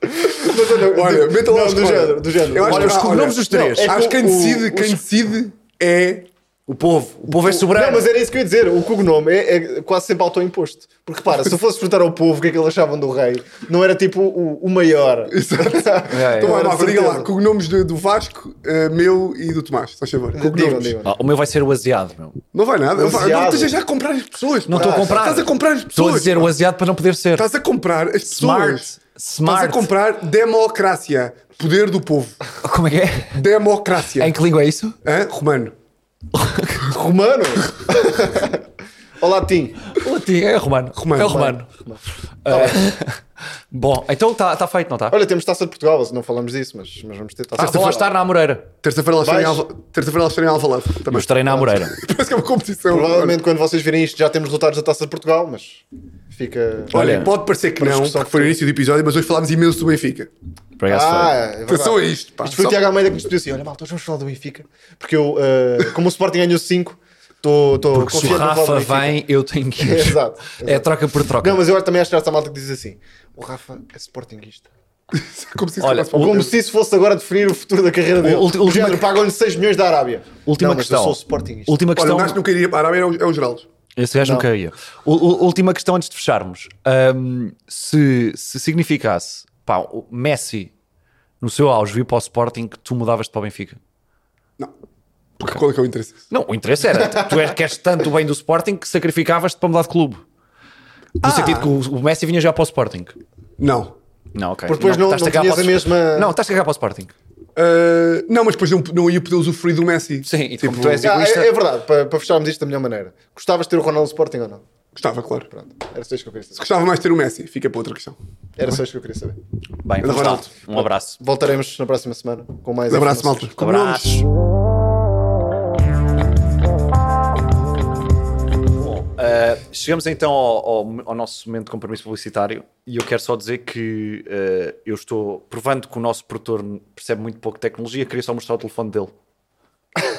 Mas olha, Olha, do- meta lá não, os do quadros. género, do género. Eu acho Olha, que- os ah, cognomes dos três. não, É acho que que quem o- decide, os- quem decide é. O povo. O povo é soberano. Não, mas era isso que eu ia dizer. O cognome é, é quase sempre autoimposto. Porque repara, se eu fosse perguntar ao povo o que é que eles achavam do rei, não era tipo o, o maior. Exato. é. Então, vai lá, Agora, diga lá, certeza. cognomes do, do Vasco, eh, meu e do Tomás, se faz favor. Digam, Cognomes. digam. Ah, o meu vai ser o aseado, meu. Não vai nada. Não, vai, não Baseado. estejas já a comprar as pessoas. Não pá. estou a comprar. Estás a comprar as pessoas. Estou a dizer pá. o aseado para não poder ser. Tá Estás a comprar as Smart. pessoas. Smart. Estás a comprar democracia. Poder do povo. Como é que é? Democracia. Em que língua é isso? Hã? Romano. Ah. Romano? Ou latim? Latim. É romano. Romano, É o romano. Ah, bom, então está tá feito, não está? Tá Olha, temos Taça de Portugal, não falamos disso, mas, mas vamos ter Taça Ah, de vou lá Portugal. estar na Amoreira. Terça-feira elas estarem em Vais? Alva- terça-feira elas estarem em Alvalade. Eu Também. estarei na Amoreira. Parece que é uma competição. Provavelmente quando vocês virem isto já temos resultados da Taça de Portugal, mas fica... Olha, Olha, pode parecer que não, discussão porque foi no início do episódio, mas hoje falámos imenso do Benfica. Por acaso Ah, foi. é verdade. Atenção a isto, pá. Isto foi o Ah, Só- Tiago Almeida que nos pediu assim, olha malta, hoje vamos falar do Benfica, porque eu, eh, como o Sporting ganhou 5, estou Porque se o confiante no Rafa falar do Benfica. vem, eu tenho que ir. Exato, É troca por troca. Não, mas eu também acho que essa malta que diz assim, o Rafa é Sportingista. Como se isso Olha, acabasse para o Como tempo. se isso fosse agora definir o futuro da carreira dele. Ulti- O última- género, pagam-lhe 6 milhões da Arábia. Última não, mas questão. eu sou Sportingista. Última Olha, questão. o gajo que não queria ir para a Arábia é o- é o Geraldo. Esse gajo Não. nunca ia. U- u- última questão antes de fecharmos. Ahm, se, se significasse, pá, o Messi no seu auge vir para o Sporting, que tu mudavas-te para o Benfica? Não. Porque qual é que é o interesse? Não, o interesse era, tu- tu és, queres tanto o bem do Sporting que sacrificavas-te para mudar de clube. No sentido que o, o Messi vinha já para o Sporting. Não. Não, ok. Porque depois não- estás-te não cagar tinhas para a mesma- Não, estás a cagar para o Sporting. Ah, não, mas depois não, não ia poder usufruir do Messi. Tipo, Sim, e como tu és Ah, egoísta... é, é verdade, para, para fecharmos isto da melhor maneira. Gostavas de ter o Ronaldo no Sporting ou não? Gostava, claro. Pronto, era só isto que eu queria saber. Gostava mais de ter o Messi. Fica para outra questão. Era só isto que eu queria saber. Bem, Ronaldo. Ronaldo, um abraço. Voltaremos na próxima semana com mais Um abraço, informações. malta. Abraço. Bom, uh, chegamos então ao, ao- ao nosso momento de compromisso publicitário e eu quero só dizer que uh, eu estou provando que o nosso produtor percebe muito pouco de tecnologia, queria só mostrar o telefone dele.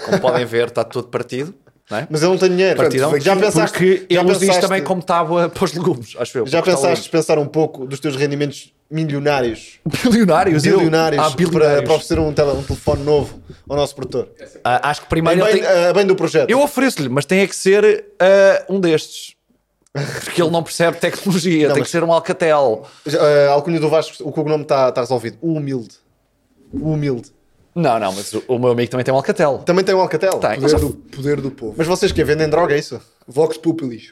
Como podem ver, está todo partido. Não é? Mas ele não tem dinheiro. Partidão, Portanto, já pensaste, porque já ele usa isto pensaste- também como tábua para os legumes, acho eu. Já porque está pensaste pensar um pouco dos teus rendimentos milionários, longe. bilionários, eu? bilionários, Ah, Para, bilionários. para oferecer um, tele- um telefone novo ao nosso produtor? Ah, acho que A primeiro ele bem, tem- a bem do projeto. Eu ofereço-lhe, mas tem é que ser ah, um destes. Porque ele não percebe tecnologia, Não, tem mas- que ser um Alcatel. Eh, Alcunha do Vasco, o cognome está tá resolvido. O humilde. O humilde. Não, não, mas o, o meu amigo também tem um Alcatel. Também tem o Alcatel. Tem. Poder do, poder do povo. Mas vocês que vendem droga, é isso? Vox Populis.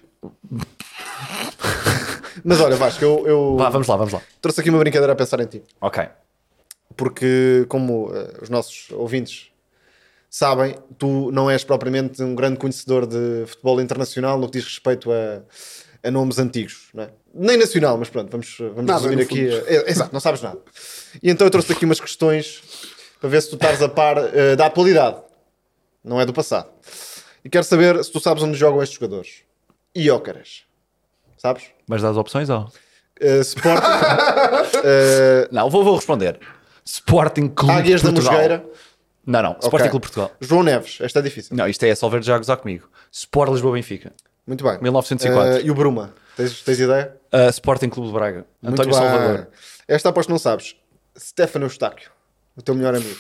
Mas olha, Vasco, eu, eu Vá, vamos lá, vamos lá. trouxe aqui uma brincadeira a pensar em ti. Ok. Porque, como eh, os nossos ouvintes sabem, tu não és propriamente um grande conhecedor de futebol internacional no que diz respeito a, a nomes antigos, não é? Nem nacional, mas pronto, vamos, vamos Nada, resumir no aqui. eh, exato, não sabes nada. E então eu trouxe aqui umas questões para ver se tu estás a par eh, da atualidade, não é do passado. E quero saber se tu sabes onde jogam estes jogadores. Iócaras. Sabes? Mas dá as opções ou? Eh, Sporting. eh, Não, vou, vou responder. Sporting Clube Águias Ah, da Portugal. Mosgueira. Não, não, Sporting Ok. Clube Portugal. João Neves, esta é difícil. Não, isto é só ver já a gozar comigo. Sport Lisboa Benfica. Muito bem. 1904. Eh, e o Bruma? Tens, tens ideia? Ah, Sporting Clube de Braga. António Salvador. Esta aposto não sabes. Stefano Eustáquio, o teu melhor amigo.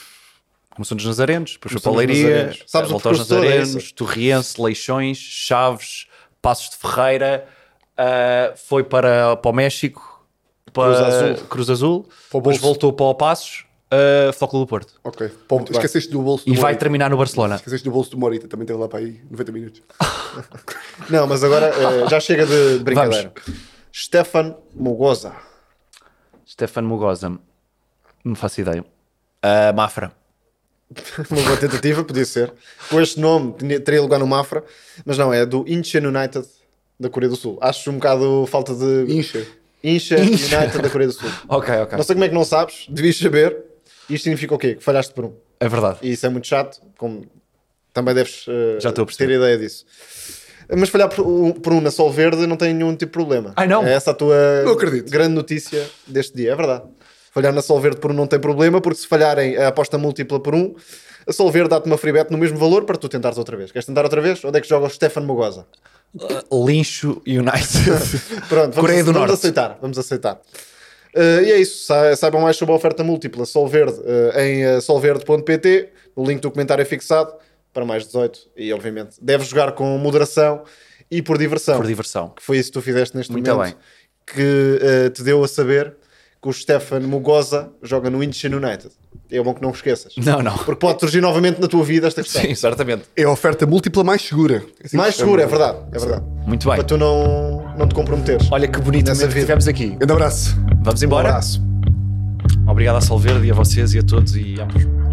Começou nos Nazarenos, depois foi para Começou a nos Leiria, Nazarenos. Sabes o voltou aos percurso todo, é Nazarenos, isso? Torriense, Leixões, Chaves, Passos de Ferreira, ah, foi para, para o México, para Cruz Azul. Cruz Azul, Para o depois Bolso. voltou para o Passos, uh, Flóculo do Porto. Ok. Pô, esqueceste do bolso do E vai Morita. terminar no Barcelona. Esqueceste do bolso do Morita. Também teve lá para aí 90 minutos. Não, mas agora eh, já chega de brincadeira. Stefano Mugosa. Stefano Mugosa, não faço ideia. Ah, Mafra. Uma boa tentativa, podia ser. Com este nome tinha- teria lugar no Mafra, mas não, é do Incheon United da Coreia do Sul. Acho um bocado falta de. Incha. Incheon United da Coreia do Sul. Ok, ok. Não sei como é que não sabes, devias saber. Isto significa o quê? Que falhaste por um. É verdade. E isso é muito chato, como também deves eh, Já estou a ter perceber. ideia disso. Mas falhar por, um- por um na Sol Verde não tem nenhum tipo de problema. Ai, não? É essa a tua Não acredito. grande notícia deste dia, é verdade. Falhar na Sol Verde por um não tem problema, porque se falharem a aposta múltipla por um, a Sol Verde dá-te uma free bet no mesmo valor para tu tentares outra vez. Queres tentar outra vez? Onde é que joga o Stefan Mogosa? Ah, Lincho United. Pronto, vamos, Coreia do vamos Norte. aceitar. Vamos aceitar. Eh, e é isso. Sa- Saibam mais sobre a oferta múltipla Solverde eh, em eh, solverde.pt. O link do comentário é fixado para mais 18. E obviamente deves jogar com moderação e por diversão. Por diversão. Que foi isso que tu fizeste neste Muito momento. bem. Que eh, te deu a saber que o Stefan Mugosa joga no Incheon United. É bom que não esqueças. Não, não. Porque pode surgir novamente na tua vida esta questão. Sim, certamente. É a oferta múltipla mais segura. Assim Mais que se seguro, é chama. verdade. É verdade. Muito bem. Para tu não, não te comprometeres. Olha que bonito Nessa momento que vida. tivemos aqui. Grande abraço. Vamos Um embora. abraço. Obrigado à Salverde e a vocês e a todos e ambos.